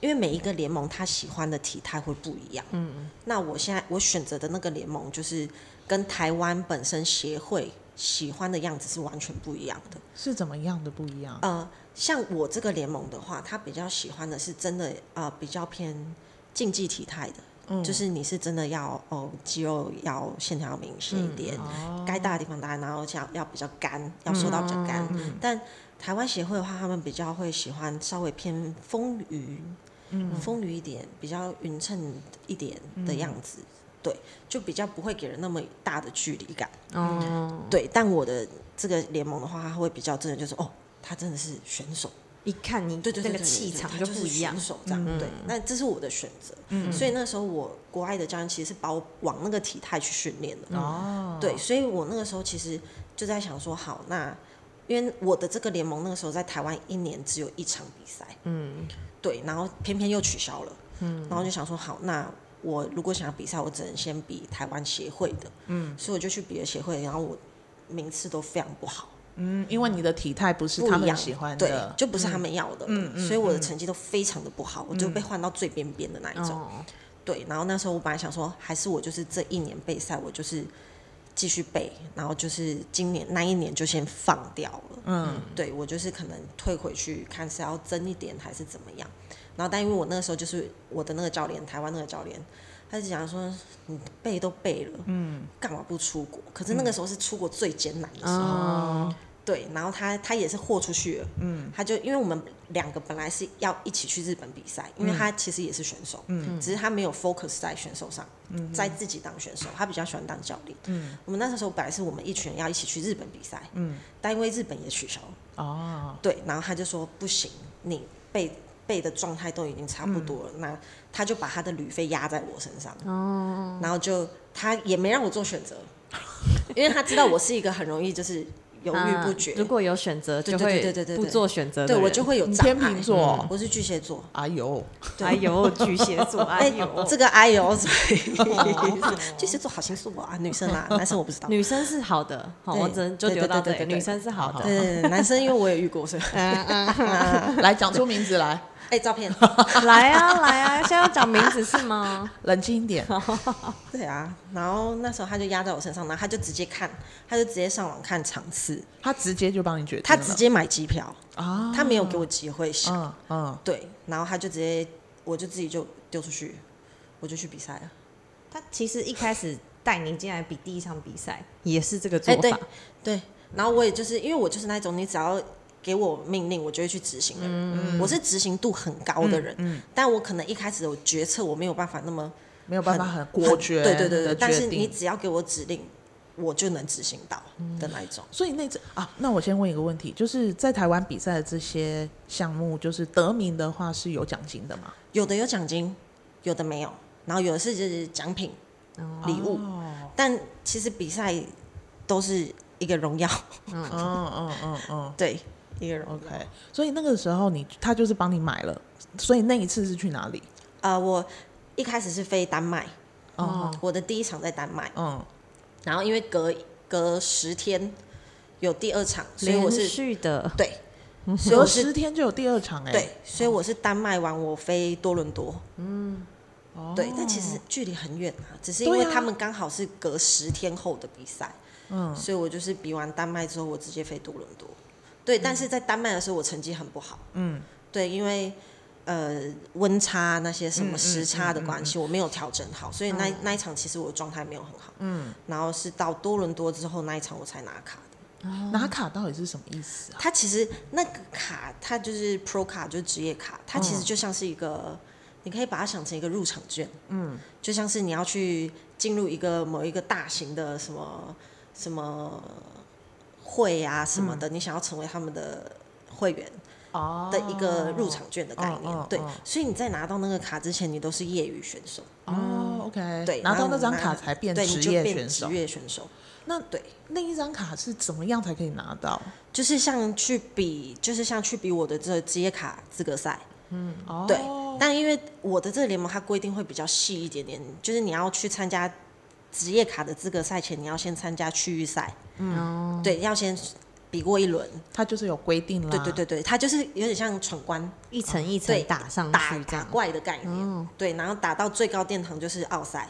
Speaker 2: 因为每一个联盟他喜欢的体态会不一样，嗯，那我现在我选择的那个联盟就是跟台湾本身协会喜欢的样子是完全不一样的，
Speaker 3: 是怎么样的不一样？
Speaker 2: 呃，像我这个联盟的话，他比较喜欢的是真的呃比较偏竞技体态的。就是你是真的要哦，肌肉要线条要明显一点，该大的地方大，然后要要比较干，要瘦到比较干。但台湾协会的话，他们比较会喜欢稍微偏丰腴，丰腴一点，比较匀称一点的样子，对，就比较不会给人那么大的距离感。
Speaker 4: 哦，
Speaker 2: 对，但我的这个联盟的话，他会比较真的就是哦，他真的是选手，
Speaker 4: 一看你
Speaker 2: 对对对，
Speaker 4: 那个
Speaker 2: 对对
Speaker 4: 气
Speaker 2: 对
Speaker 4: 场
Speaker 2: 他
Speaker 4: 就
Speaker 2: 就
Speaker 4: 不一样嗯
Speaker 2: 是选，手这样、对。那这是我的选择，所以那时候我国外的教练其实是把我往那个体态去训练的，
Speaker 3: 哦，
Speaker 2: 对，所以我那个时候其实就在想说，好，那因为我的这个联盟那个时候在台湾一年只有一场比赛，
Speaker 4: 嗯
Speaker 2: 对，然后偏偏又取消了，嗯，然后就想说好，那我如果想要比赛，我只能先比台湾协会的，嗯，所以我就去比了协会，然后我名次都非常不好，
Speaker 3: 嗯，因为你的体态不是
Speaker 2: 不
Speaker 3: 他
Speaker 2: 一
Speaker 3: 们
Speaker 2: 样，
Speaker 3: 喜欢
Speaker 2: 对
Speaker 3: 的，，
Speaker 2: 就不是他们要的，
Speaker 3: 嗯嗯嗯
Speaker 2: 所以我的成绩都非常的不好，我就被换到最边边的那一种，
Speaker 4: 哦，
Speaker 2: 对，然后那时候我本来想说，还是我就是这一年备赛，我就是继续备，然后就是今年那一年就先放掉了，
Speaker 3: 嗯，
Speaker 2: 对我就是可能退回去看是要增一点还是怎么样。然后但因为我那个时候就是我的那个教练，台湾那个教练，他就讲说你背都背了，嗯，干嘛不出国？可是那个时候是出国最艰难的时候，
Speaker 4: 哦，
Speaker 2: 对。然后他他也是豁出去了，嗯，他就因为我们两个本来是要一起去日本比赛，因为他其实也是选手，嗯，只是他没有 focus 在选手上，嗯，在自己当选手，他比较喜欢当教练，嗯。我们那时候本来是我们一群人要一起去日本比赛，嗯，但因为日本也取消了。
Speaker 3: 哦，
Speaker 2: 对，然后他就说不行，你背背的状态都已经差不多了，那他就把他的旅费压在我身上，
Speaker 4: 哦，
Speaker 2: 然后就他也没让我做选择，因为他知道我是一个很容易就是犹豫不决，
Speaker 4: 啊如果有选择，
Speaker 2: 对
Speaker 4: 就
Speaker 2: 对
Speaker 4: 会
Speaker 2: 对对对对
Speaker 4: 不做选择的
Speaker 2: 对
Speaker 4: 人，
Speaker 2: 我就会有
Speaker 3: 你
Speaker 2: 障碍。
Speaker 3: 天秤座
Speaker 2: 嗯我是巨 蟹座，
Speaker 3: 哎 呦，
Speaker 4: 哎呦，巨蟹座，哎
Speaker 2: 哎、
Speaker 4: 呦，
Speaker 2: 这个哎呦，所 以巨蟹座好像是我啊，女生啊，男生我不知道。
Speaker 4: 女生是好的，好，
Speaker 2: 对
Speaker 4: 我只能就留到这
Speaker 2: 对
Speaker 4: 里。
Speaker 2: 对对对对
Speaker 4: 女生是好的，
Speaker 2: 对对对，男生因为我也 遇过，所以
Speaker 3: 来讲出名字 来，
Speaker 2: 哎，照片，
Speaker 4: 来啊来啊，现在要讲名字是吗？
Speaker 3: 冷静一点，
Speaker 2: 对啊，然后那时候他就压在我身上，然后他就直接看，他就直接上网看场次，
Speaker 3: 他直接就帮你决定
Speaker 2: 他
Speaker 3: 了
Speaker 2: 直接买机票，
Speaker 3: 啊，
Speaker 2: 他没有给我机会想，
Speaker 3: 嗯嗯，
Speaker 2: 对，然后他就直接，我就自己就丢出去，我就去比赛了。
Speaker 4: 他其实一开始带你进来比第一场比赛也是这个做
Speaker 2: 哎、
Speaker 4: 法，
Speaker 2: 对对，然后我也就是因为我就是那种你只要给我命令，我就会去执行的
Speaker 3: 嗯
Speaker 2: 人，我是执行度很高的人，但我可能一开始我决策我没有办法那么
Speaker 3: 没有办法很果决
Speaker 2: 对对对
Speaker 3: 的
Speaker 2: 对，但是
Speaker 3: 决定
Speaker 2: 你只要给我指令，我就能执行到的那一种。
Speaker 3: 所以那次啊，那我先问一个问题，就是在台湾比赛的这些项目，就是得名的话是有奖金的嘛？
Speaker 2: 有的有奖金，有的没有，然后有的是就是奖品、礼物，
Speaker 3: 哦，
Speaker 2: 但其实比赛都是一个荣耀，
Speaker 3: 嗯嗯嗯嗯
Speaker 2: 对，一个荣耀。
Speaker 3: ，OK。所以那个时候你他就是帮你买了，所以那一次是去哪里？
Speaker 2: 呃，我一开始是飞丹麦，
Speaker 3: 哦，
Speaker 2: 我的第一场在丹麦，
Speaker 3: 嗯，
Speaker 2: 然后因为隔隔十天有第二场，所以我
Speaker 4: 连
Speaker 2: 是
Speaker 4: 续的，
Speaker 2: 对，所以
Speaker 3: 嗯隔
Speaker 2: 我是
Speaker 3: 十天就有第二场哎、
Speaker 2: 嗯对，所以我是丹麦完，我飞多伦多。
Speaker 3: 哦
Speaker 2: 对，但其实距离很远啊，只是因
Speaker 3: 对
Speaker 2: 为
Speaker 3: 啊
Speaker 2: 他们刚好是隔十天后的比赛，
Speaker 3: 嗯，
Speaker 2: 所以我就是比完丹麦之后，我直接飞多伦多。对，但是在丹麦的时候，我成绩很不好。
Speaker 3: 嗯，
Speaker 2: 对，因为呃温差那些什
Speaker 3: 嗯嗯哦
Speaker 2: 么时差的关系，我没有调整好，所以那那一场其实我状态没有很好。
Speaker 3: 嗯，
Speaker 2: 然后是到多伦多之后那一场我才拿卡的。
Speaker 3: 拿卡到底是什么意思啊？
Speaker 2: 它其实那个卡，它就是 Pro 卡，就是职业卡，它其实
Speaker 3: 哦
Speaker 2: 就像是一个，你可以把它想成一个入场券，
Speaker 3: 嗯，
Speaker 2: 就像是你要去进入一个某一个大型的什么什么会啊什
Speaker 3: 嗯
Speaker 2: 么的，你想要成为他们的会员
Speaker 3: 哦
Speaker 2: 的一个入场券的概念，
Speaker 3: 哦哦
Speaker 2: 对
Speaker 3: 哦，
Speaker 2: 所以你在拿到那个卡之前，你都是业余选手，
Speaker 3: 哦，OK，
Speaker 2: 对，
Speaker 3: 拿
Speaker 2: 然
Speaker 3: 到
Speaker 2: 后
Speaker 3: 那张
Speaker 2: 拿
Speaker 3: 卡才变
Speaker 2: 对，你
Speaker 3: 职
Speaker 2: 就
Speaker 3: 业
Speaker 2: 变
Speaker 3: 选
Speaker 2: 职
Speaker 3: 手。
Speaker 2: 业选手，
Speaker 3: 那
Speaker 2: 对。
Speaker 3: 那一张卡是怎么样才可以拿到？
Speaker 2: 就是像去比，就是像去比我的这职业卡资格赛，
Speaker 3: 哦，
Speaker 2: 对，但因为我的这个联盟它规定会比较细一点点，就是你要去参加职业卡的资格赛前，你要先参加区域赛，
Speaker 4: 嗯，
Speaker 2: 对，要先比过一轮。
Speaker 3: 它就是有规定啦。
Speaker 2: 对对对对，它就是有点像闯关
Speaker 4: 一层一层
Speaker 2: 对
Speaker 4: 哦打上
Speaker 2: 打
Speaker 4: 去这
Speaker 2: 打
Speaker 4: 样。
Speaker 2: 怪的概念，
Speaker 4: 哦
Speaker 2: 对，然后打到最高殿堂就是奥赛，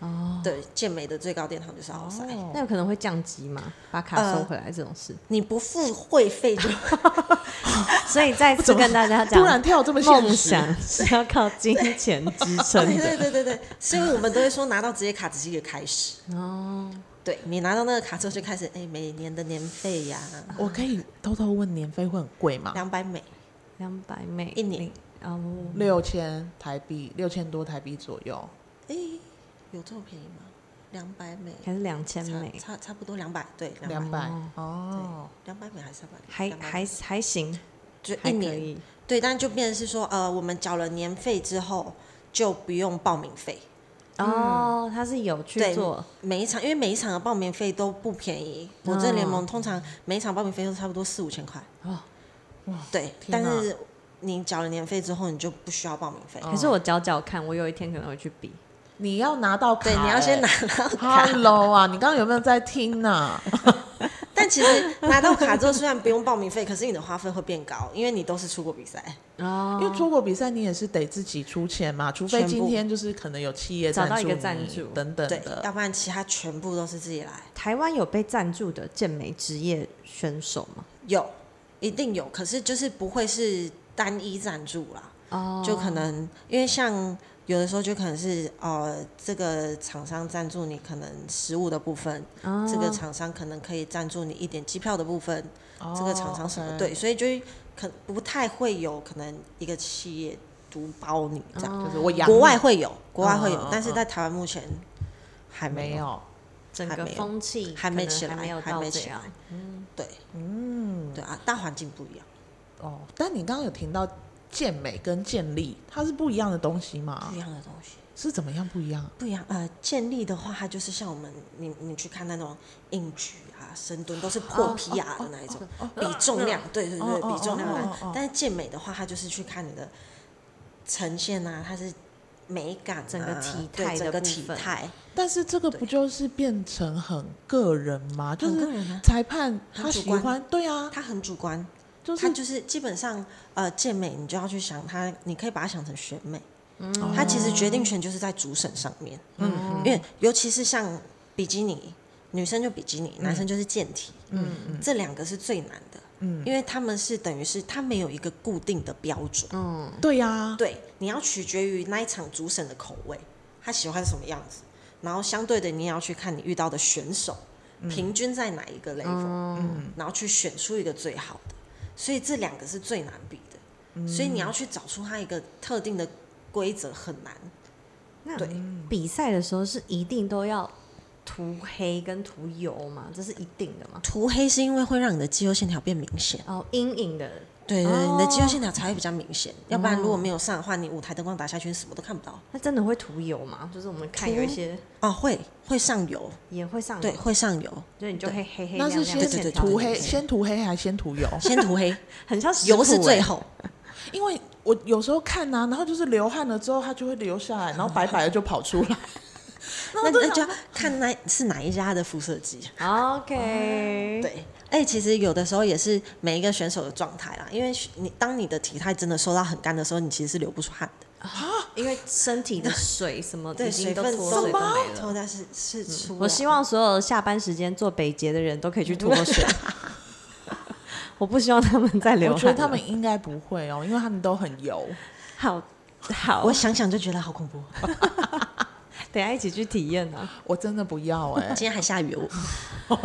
Speaker 4: 哦，
Speaker 2: 对，健美的最高殿堂就是奥赛。
Speaker 3: 哦
Speaker 4: 那有可能会降级嘛？把卡收回来这种事。
Speaker 2: 你不付会 费就
Speaker 4: 所以再次跟大家 讲，
Speaker 3: 突然跳这么现
Speaker 4: 梦
Speaker 3: 实，
Speaker 4: 想是要靠金钱支撑
Speaker 2: 对对
Speaker 4: 的。
Speaker 2: 对对对，所以我们都会说拿到职业卡只是一个开始，
Speaker 4: 哦，
Speaker 2: 对你拿到那个卡之后就开始，哎，每年的年费 呀，
Speaker 3: 我可以偷偷问，年费会很贵吗？
Speaker 2: 两百美，
Speaker 4: 两百美
Speaker 2: 一年
Speaker 4: 零哦，
Speaker 3: 六千台币，六千多台币左右。
Speaker 2: 哎，有这么便宜吗？两百美，
Speaker 4: 还是两千
Speaker 2: 差
Speaker 4: 美，
Speaker 2: 差差不多两百，对，
Speaker 3: 两
Speaker 2: 两
Speaker 3: 百
Speaker 4: 哦
Speaker 3: 哦，
Speaker 2: 两百美还是三百美？
Speaker 4: 还
Speaker 2: 200美
Speaker 4: 还还行，
Speaker 2: 就
Speaker 4: 还
Speaker 2: 一
Speaker 4: 可
Speaker 2: 年，
Speaker 4: 以。
Speaker 2: 对，但就变成是说，呃，我们缴了年费之后就不用报名费，嗯
Speaker 4: 哦，他是有去
Speaker 2: 对
Speaker 4: 做，
Speaker 2: 每一场，因为每一场的报名费都不便宜，我这联
Speaker 3: 哦
Speaker 2: 盟通常每一场报名费都差不多四五千块，
Speaker 4: 哦
Speaker 2: 对，
Speaker 3: 天
Speaker 2: 但
Speaker 3: 哪
Speaker 2: 是你缴了年费之后，你就不需要报名费，
Speaker 3: 哦
Speaker 4: 可是我找找看，我有一天可能会去比。
Speaker 3: 你要拿到卡，欸
Speaker 2: 对，你要先拿。 到卡，
Speaker 3: Hello 啊，你刚刚有没有在听啊 呢？
Speaker 2: 但其实拿到卡之后，虽然不用报名费，可是你的花费会变高，因为你都是出国比赛。
Speaker 4: 哦，
Speaker 3: 因为出国比赛你也是得自己出钱嘛，除非今天就是可能有企业
Speaker 4: 找到一个
Speaker 3: 赞
Speaker 4: 赞助
Speaker 3: 你等等
Speaker 2: 对，要
Speaker 3: 的。
Speaker 2: 不然其他全部都是自己来。
Speaker 4: 台湾有被赞助的健美职业选手吗？
Speaker 2: 有，一定有，可是就是不会是单一赞助啦，
Speaker 4: 哦
Speaker 2: 就可能因为像有的时候就可能是呃，这个厂商赞助你可能食物的部分，
Speaker 3: 嗯
Speaker 4: 能
Speaker 2: 这个厂商可能可以赞助你一点机票的部分，这个厂商什么、
Speaker 3: 哦，OK
Speaker 2: 对，所以就是可不太会有可能一个企业独包你这样。
Speaker 3: 就是我哦养
Speaker 2: 国
Speaker 3: 你
Speaker 2: 外会有，国外会有，
Speaker 3: 嗯嗯嗯
Speaker 2: 但是在台湾目前还没
Speaker 3: 没
Speaker 2: 有。
Speaker 3: 有，
Speaker 4: 整
Speaker 2: 还
Speaker 4: 个
Speaker 2: 没有
Speaker 4: 风气
Speaker 2: 还没
Speaker 4: 可能
Speaker 2: 起来
Speaker 4: 还没有
Speaker 2: 还
Speaker 4: 到
Speaker 2: 没
Speaker 4: 这
Speaker 2: 起
Speaker 4: 样。
Speaker 2: 对
Speaker 3: 嗯，
Speaker 2: 对啊，大环境不一样。
Speaker 3: 哦，但你刚刚有听到健美跟健力，它是不一样的东西嘛
Speaker 2: 不一？样的东西，
Speaker 3: 是怎么样不一样？啊
Speaker 2: 不一样。呃，健力的话，它就是像我们你你去看那种硬举啊、深蹲，都是破 PR 的那一种，比重量，对对
Speaker 3: 哦
Speaker 2: 对，
Speaker 3: 哦
Speaker 2: 比重量的
Speaker 3: 哦哦哦
Speaker 2: 那。但是健美的话，它就是去看你的呈现啊，它是美感啊，
Speaker 4: 整个体态的
Speaker 2: 对整个
Speaker 4: 部
Speaker 2: 体
Speaker 4: 分
Speaker 2: 态，
Speaker 3: 但是这个不就是变成很个人吗？就
Speaker 2: 很
Speaker 3: 是
Speaker 2: 个人啊
Speaker 3: 裁判他
Speaker 2: 很主
Speaker 3: 喜
Speaker 2: 观
Speaker 3: 欢，对啊，
Speaker 2: 它很主观。
Speaker 3: 就
Speaker 2: 它
Speaker 3: 是
Speaker 2: 就是基本上，呃，健美你就要去想它，你可以把它想成选美，
Speaker 3: 哦
Speaker 2: 它其实决定权就是在主审上面，嗯，因为尤其是像比基尼，女生就比基尼，男生就是健体，嗯嗯，这两个是最难的，嗯，因为他们是等于是它没有一个固定的标准，
Speaker 4: 嗯，
Speaker 3: 对啊呀，
Speaker 2: 对，你要取决于那一场主审的口味，他喜欢什么样子，然后相对的你也要去看你遇到的选手平均在哪一个 level，
Speaker 3: 嗯，
Speaker 2: 然后去选出一个最好的。所以这两个是最难比的，所以你要去找出它一个特定的规则很难。
Speaker 4: 那
Speaker 2: 对
Speaker 4: 比赛的时候是一定都要涂黑跟涂油嘛？这是一定的嘛？
Speaker 2: 涂黑是因为会让你的肌肉线条变明显，
Speaker 4: 哦，阴影的
Speaker 2: 对对，
Speaker 4: 哦
Speaker 2: 你的肌肉线条才会比较明显。要不然如果没有上的话，你舞台灯光打下去，你什么都看不到。
Speaker 4: 那真的会涂油吗？就是我们看
Speaker 2: 涂
Speaker 4: 有一些
Speaker 2: 哦，会会上油，
Speaker 4: 也会上
Speaker 2: 对，
Speaker 4: 油，
Speaker 2: 会上油，
Speaker 4: 就你就会黑黑
Speaker 3: 那
Speaker 4: 亮
Speaker 3: 是
Speaker 4: 亮的
Speaker 2: 对
Speaker 3: 先
Speaker 4: 线
Speaker 2: 对
Speaker 4: 条
Speaker 3: 涂
Speaker 4: 在
Speaker 3: 黑，
Speaker 4: 那边
Speaker 3: 先涂黑还是先涂 油？
Speaker 2: 先涂黑，
Speaker 4: 很像食
Speaker 2: 油是
Speaker 4: 谱
Speaker 2: 最
Speaker 4: 欸
Speaker 2: 后。
Speaker 3: 因为我啊有时候看呐、然后就是流汗了之后，它就会流下来，然后白白的就跑出来。
Speaker 2: 那那就要看那是哪一家的辐射机。
Speaker 4: OK，，
Speaker 2: 对，哎，其实有的时候也是每一个选手的状态啦，因为你当你的体态真的收到很干的时候，你其实是流不出汗的，
Speaker 4: 因为身体的水什么已
Speaker 2: 对，
Speaker 4: 经
Speaker 2: 水
Speaker 4: 都
Speaker 2: 分
Speaker 4: 脱水都没了。
Speaker 2: 脱在哦是是出来。
Speaker 4: 我希望所有下班时间做北捷的人都可以去脱水。我不希望他们再流汗
Speaker 3: 我觉
Speaker 4: 了。
Speaker 3: 得他们应该不会哦，因为他们都很油。
Speaker 4: 好好，
Speaker 2: 我想想就觉得好恐怖。
Speaker 4: 等一下一起去体验 啊！
Speaker 3: 我真的不要哎、
Speaker 2: 今天还下雨，我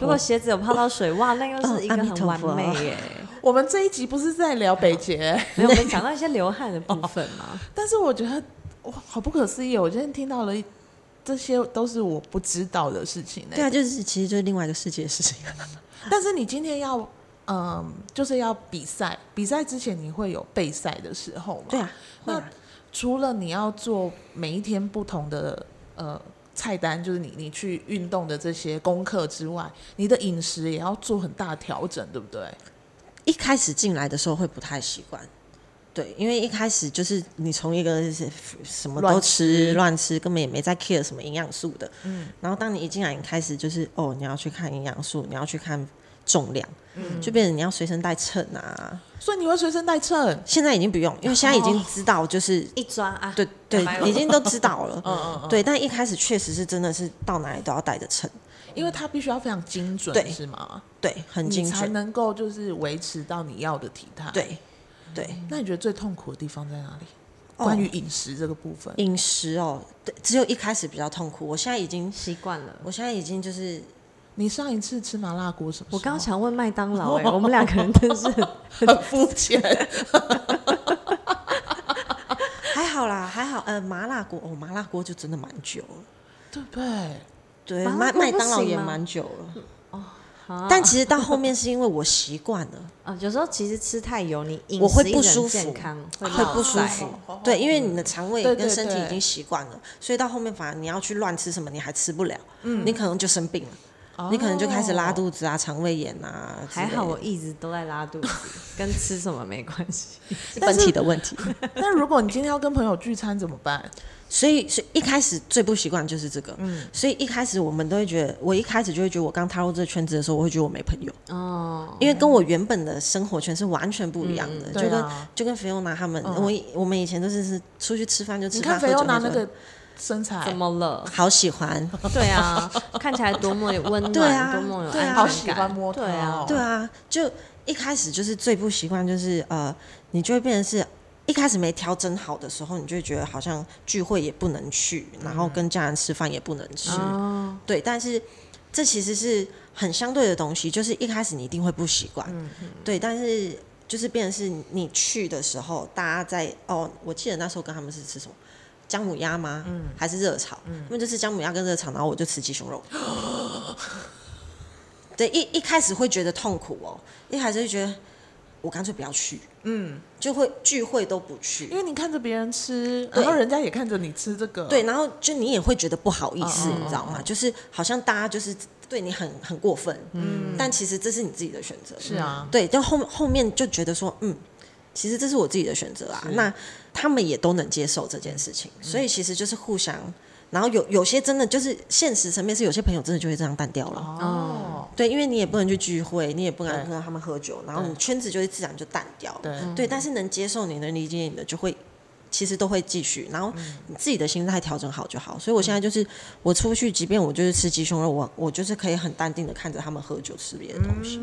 Speaker 4: 如果鞋子有泡到水，哇，那又是一个
Speaker 2: 哦阿弥
Speaker 4: 很
Speaker 2: 陀
Speaker 4: 完
Speaker 2: 佛
Speaker 4: 美耶。
Speaker 3: 我们这一集不是在聊北 捷，
Speaker 4: 没有，我们讲到一些流汗的部分嘛。
Speaker 3: 但是我觉得哇，好不可思议、哦！我今天听到了一这些都是我不知道的事情哎、
Speaker 2: 对啊，就是其实就是另外一个世界的事情。
Speaker 3: 但是你今天要，嗯，就是要比赛，比赛之前你会有备赛的时候嘛？
Speaker 2: 对。啊，
Speaker 3: 那
Speaker 2: 会啊
Speaker 3: 除了你要做每一天不同的呃菜单，就是你你去运动的这些功课之外，你的饮食也要做很大的调整，对不对？
Speaker 2: 一开始进来的时候会不太习惯，对，因为一开始就是你从一个是什么都吃乱吃，根本也没在 care 什么营养素的，嗯，然后当你一进来，你开始就是哦，你要去看营养素，你要去看重量，嗯，就变成你要随身带秤啊。
Speaker 3: 所以你会随身带秤，
Speaker 2: 现在已经不用，因为现在已经知道就是。
Speaker 3: 嗯
Speaker 4: 一抓啊，
Speaker 2: 对
Speaker 4: 两百五
Speaker 2: 对，已经都知 道了。对，但一开始确实是真的是到哪里都要带着秤，
Speaker 3: 因为它必须要非常精准，
Speaker 2: 对
Speaker 3: 是吗？
Speaker 2: 对，很精
Speaker 3: 你才
Speaker 2: 准。
Speaker 3: 能够就是维持到你要的体态。，
Speaker 2: 对对，
Speaker 3: 那你觉得最痛苦的地方在哪里？
Speaker 2: 哦
Speaker 3: 关于饮食这个部分，
Speaker 2: 饮食哦，对，只有一开始比较痛苦。我现在已经
Speaker 4: 习惯了。
Speaker 2: 我现在已经就是
Speaker 3: 你上一次吃麻辣锅什么时候？
Speaker 4: 我刚想问麦当劳，哎，我们两个人真是
Speaker 3: 很肤浅，
Speaker 2: 还好啦，还好。呃，麻辣锅哦，麻辣锅就真的蛮久了。
Speaker 3: 对不对？
Speaker 2: 对，
Speaker 4: 麻辣
Speaker 2: 麦
Speaker 4: 锅
Speaker 2: 麦
Speaker 4: 不
Speaker 2: 当劳
Speaker 4: 行
Speaker 2: 也
Speaker 4: 吗嗯
Speaker 2: 蛮久了，
Speaker 4: 啊
Speaker 2: 但其实到后面是因为我习惯了，
Speaker 4: 啊，有时候其实吃太油，你饮食
Speaker 2: 我会
Speaker 4: 一
Speaker 2: 不
Speaker 4: 整
Speaker 2: 舒
Speaker 4: 健
Speaker 2: 服
Speaker 4: 康
Speaker 2: 会
Speaker 4: 会
Speaker 2: 不舒
Speaker 4: 落
Speaker 2: 服
Speaker 4: 腮。
Speaker 2: 对，因为你的肠胃
Speaker 3: 对
Speaker 2: 跟
Speaker 3: 对
Speaker 2: 身体
Speaker 3: 对
Speaker 2: 已经习惯了，所以到后面反而你要去乱吃什么，你还吃不了，
Speaker 4: 嗯
Speaker 2: 你可能就生病了，你可能就开始拉肚子啊、肠胃炎啊之类
Speaker 4: 还
Speaker 2: 的，
Speaker 4: 好我一直都在拉肚子，跟吃什么没关系。
Speaker 2: 是本体的问题。
Speaker 3: 那如果你今天要跟朋友聚餐怎么 办？
Speaker 2: 所以，所以一开始最不习惯就是这个。
Speaker 3: 嗯
Speaker 2: 所以一开始我们都会觉得，我一开始就会觉得，我刚踏入这个圈子的时候，我会觉得我没朋友，
Speaker 4: 哦，
Speaker 2: 因为跟我原本的生活圈是完全不一样的。就
Speaker 3: 对
Speaker 2: 跟、
Speaker 3: 啊嗯
Speaker 2: 就跟菲欧娜他们，我以我们以前都是是出去吃饭就吃
Speaker 3: 你
Speaker 2: 饭，
Speaker 3: 看
Speaker 2: 喝
Speaker 3: 肥
Speaker 2: 酒
Speaker 3: 欧拿
Speaker 2: 喝
Speaker 3: 那
Speaker 2: 酒
Speaker 3: 个身材
Speaker 4: 怎，么了？
Speaker 2: 好喜欢，
Speaker 4: 对啊，看起来多么有温暖，
Speaker 2: 对啊
Speaker 4: 多么有安
Speaker 2: 对
Speaker 4: 全感。
Speaker 2: 啊
Speaker 3: 好喜欢摸它
Speaker 4: 对啊
Speaker 3: 哦，
Speaker 2: 对啊，就一开始就是最不习惯，就是呃，你就会变成是。一开始没调整好的时候，你就会觉得好像聚会也不能去，然后跟家人吃饭也不能吃，
Speaker 4: 哦，
Speaker 2: 对，但是这其实是很相对的东西，就是一开始你一定会不习惯，对，但是就是变成是你去的时候，大家在哦，我记得那时候跟他们是吃什么。姜母鸭吗？还是热炒？他们就是姜母鸭跟热炒，然后我就吃鸡胸肉。对，一一开始会觉得痛苦哦，一开始就觉得我干脆不要去，嗯，就会聚会都不去，
Speaker 3: 因为你看着别人吃，
Speaker 2: 对
Speaker 3: 然后人家也看着你吃这个，
Speaker 2: 对，，然后就你也会觉得不好意思，
Speaker 3: 嗯嗯
Speaker 2: 你知道吗？就是好像大家就是对你很很过分，嗯，但其实这是你自己的选择，
Speaker 3: 是啊，
Speaker 2: 对，就后后面就觉得说，嗯，其实这是我自己的选择啊，那他们也都能接受这件事情，
Speaker 3: 嗯
Speaker 2: 所以其实就是互相，然后有有些真的就是现实层面是有些朋友真的就会这样淡掉了，
Speaker 3: 哦，
Speaker 2: 对，因为你也不能去聚会，你也不敢
Speaker 3: 对
Speaker 2: 跟他们喝酒，然后你
Speaker 3: 对
Speaker 2: 圈子就会自然就淡掉了。
Speaker 3: 对
Speaker 2: 对，但是能接受你、能理解你的，就会其实都会继续。然后你自己的心态调整好就好。所以我现在就是我出去，即便我就是吃鸡胸肉，我我就是可以很淡定的看着他们喝酒吃别的东西。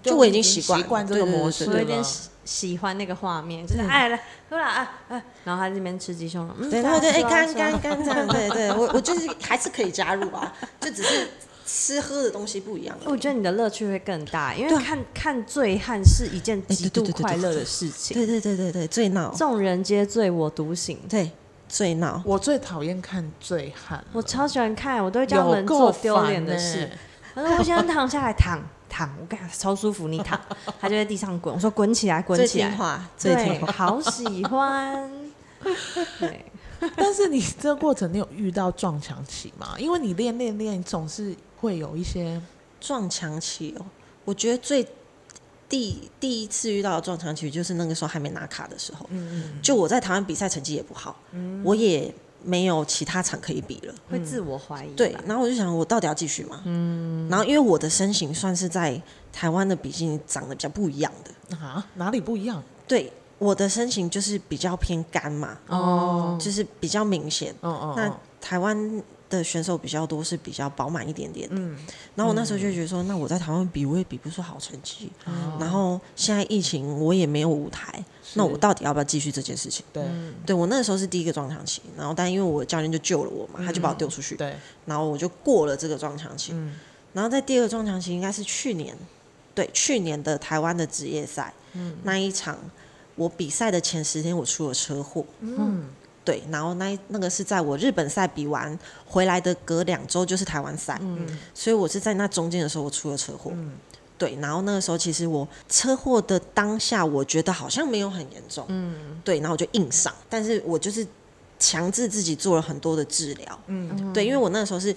Speaker 2: 就我已经习惯
Speaker 3: 习惯这个
Speaker 2: 对对对
Speaker 3: 模式
Speaker 2: 对
Speaker 4: 我
Speaker 2: 对
Speaker 4: 有
Speaker 3: 了。
Speaker 4: 点喜喜欢那个画面，就是哎来喝啦啊啊，然后他这边吃鸡胸肉，嗯
Speaker 2: 嗯对，然后就哎
Speaker 4: 吃啊
Speaker 2: 干
Speaker 4: 吃啊
Speaker 2: 干干这样，对对，我我就是还是可以加入啊，就只是吃喝的东西不一样而已。
Speaker 4: 我觉得你的乐趣会更大，因为
Speaker 2: 对啊哎
Speaker 4: 看看醉汉是一件
Speaker 2: 对
Speaker 4: 极
Speaker 2: 对
Speaker 4: 度
Speaker 2: 对对对
Speaker 4: 快乐
Speaker 2: 对
Speaker 4: 的事情，
Speaker 2: 对对对对对，最闹，
Speaker 4: 众人皆醉我独醒。
Speaker 2: 对最闹。
Speaker 3: 我最讨厌看醉汉了，
Speaker 4: 我超喜欢看，我都会叫
Speaker 3: 有
Speaker 4: 人
Speaker 3: 够
Speaker 4: 做丢
Speaker 3: 烦
Speaker 4: 脸的
Speaker 3: 欸
Speaker 4: 事。我说我现在躺下来躺躺，我跟他超舒服，你 躺，他就在地上滚。我说滚起来，滚
Speaker 2: 最
Speaker 4: 起
Speaker 2: 听
Speaker 4: 来，
Speaker 2: 话，最
Speaker 4: 对
Speaker 2: 听，话。
Speaker 4: 好喜 欢。对，
Speaker 3: 欸 但是你这个过程，你有遇到撞墙期吗？因为你练练练，总是会有一些
Speaker 2: 撞墙期哦，我觉得最第第一次遇到的撞墙期就是那个时候还没拿卡的时候，就我在台湾比赛成绩也不好，我也没有其他场可以比了。
Speaker 4: 会自我怀疑吧。
Speaker 2: 对，然后我就想，我到底要继续吗？嗯。然后因为我的身形算是在台湾的比基尼长得比较不一样的，
Speaker 3: 啊，哪里不一样？
Speaker 2: 对，我的身形就是比较偏干嘛，
Speaker 3: 哦，
Speaker 2: 就是比较明显。
Speaker 3: 哦哦，
Speaker 2: 那
Speaker 3: 哦
Speaker 2: 台湾的选手比较多，是比较饱满一点点的。
Speaker 3: 嗯，
Speaker 2: 然后我那时候就觉得说，那我在台湾比，我也比不出好成绩。
Speaker 3: 哦
Speaker 2: 然后现在疫情，我也没有舞台，那我嗯到底要不要继续这件事情？
Speaker 3: 对
Speaker 2: 对我那时候是第一个撞墙期，然后但因为我的教练就救了我嘛，他就把我丢出去，
Speaker 3: 嗯对，
Speaker 2: 然后我就过了这个撞墙期。
Speaker 3: 嗯
Speaker 2: 然后在第二个撞墙期应该是去年，对，去年的台湾的职业赛，
Speaker 3: 嗯
Speaker 2: 那一场我比赛的前十天我出了车祸，
Speaker 3: 嗯
Speaker 2: 对，然后那一那个是在我日本赛比完回来的隔两周就是台湾赛，
Speaker 3: 嗯
Speaker 2: 所以我是在那中间的时候我出了车祸，
Speaker 3: 嗯
Speaker 2: 对，然后那个时候其实我车祸的当下，我觉得好像没有很严重，
Speaker 3: 嗯
Speaker 2: 对，然后我就硬上，但是我就是强制自己做了很多的治疗，
Speaker 3: 嗯
Speaker 2: 对，因为我那个时候是。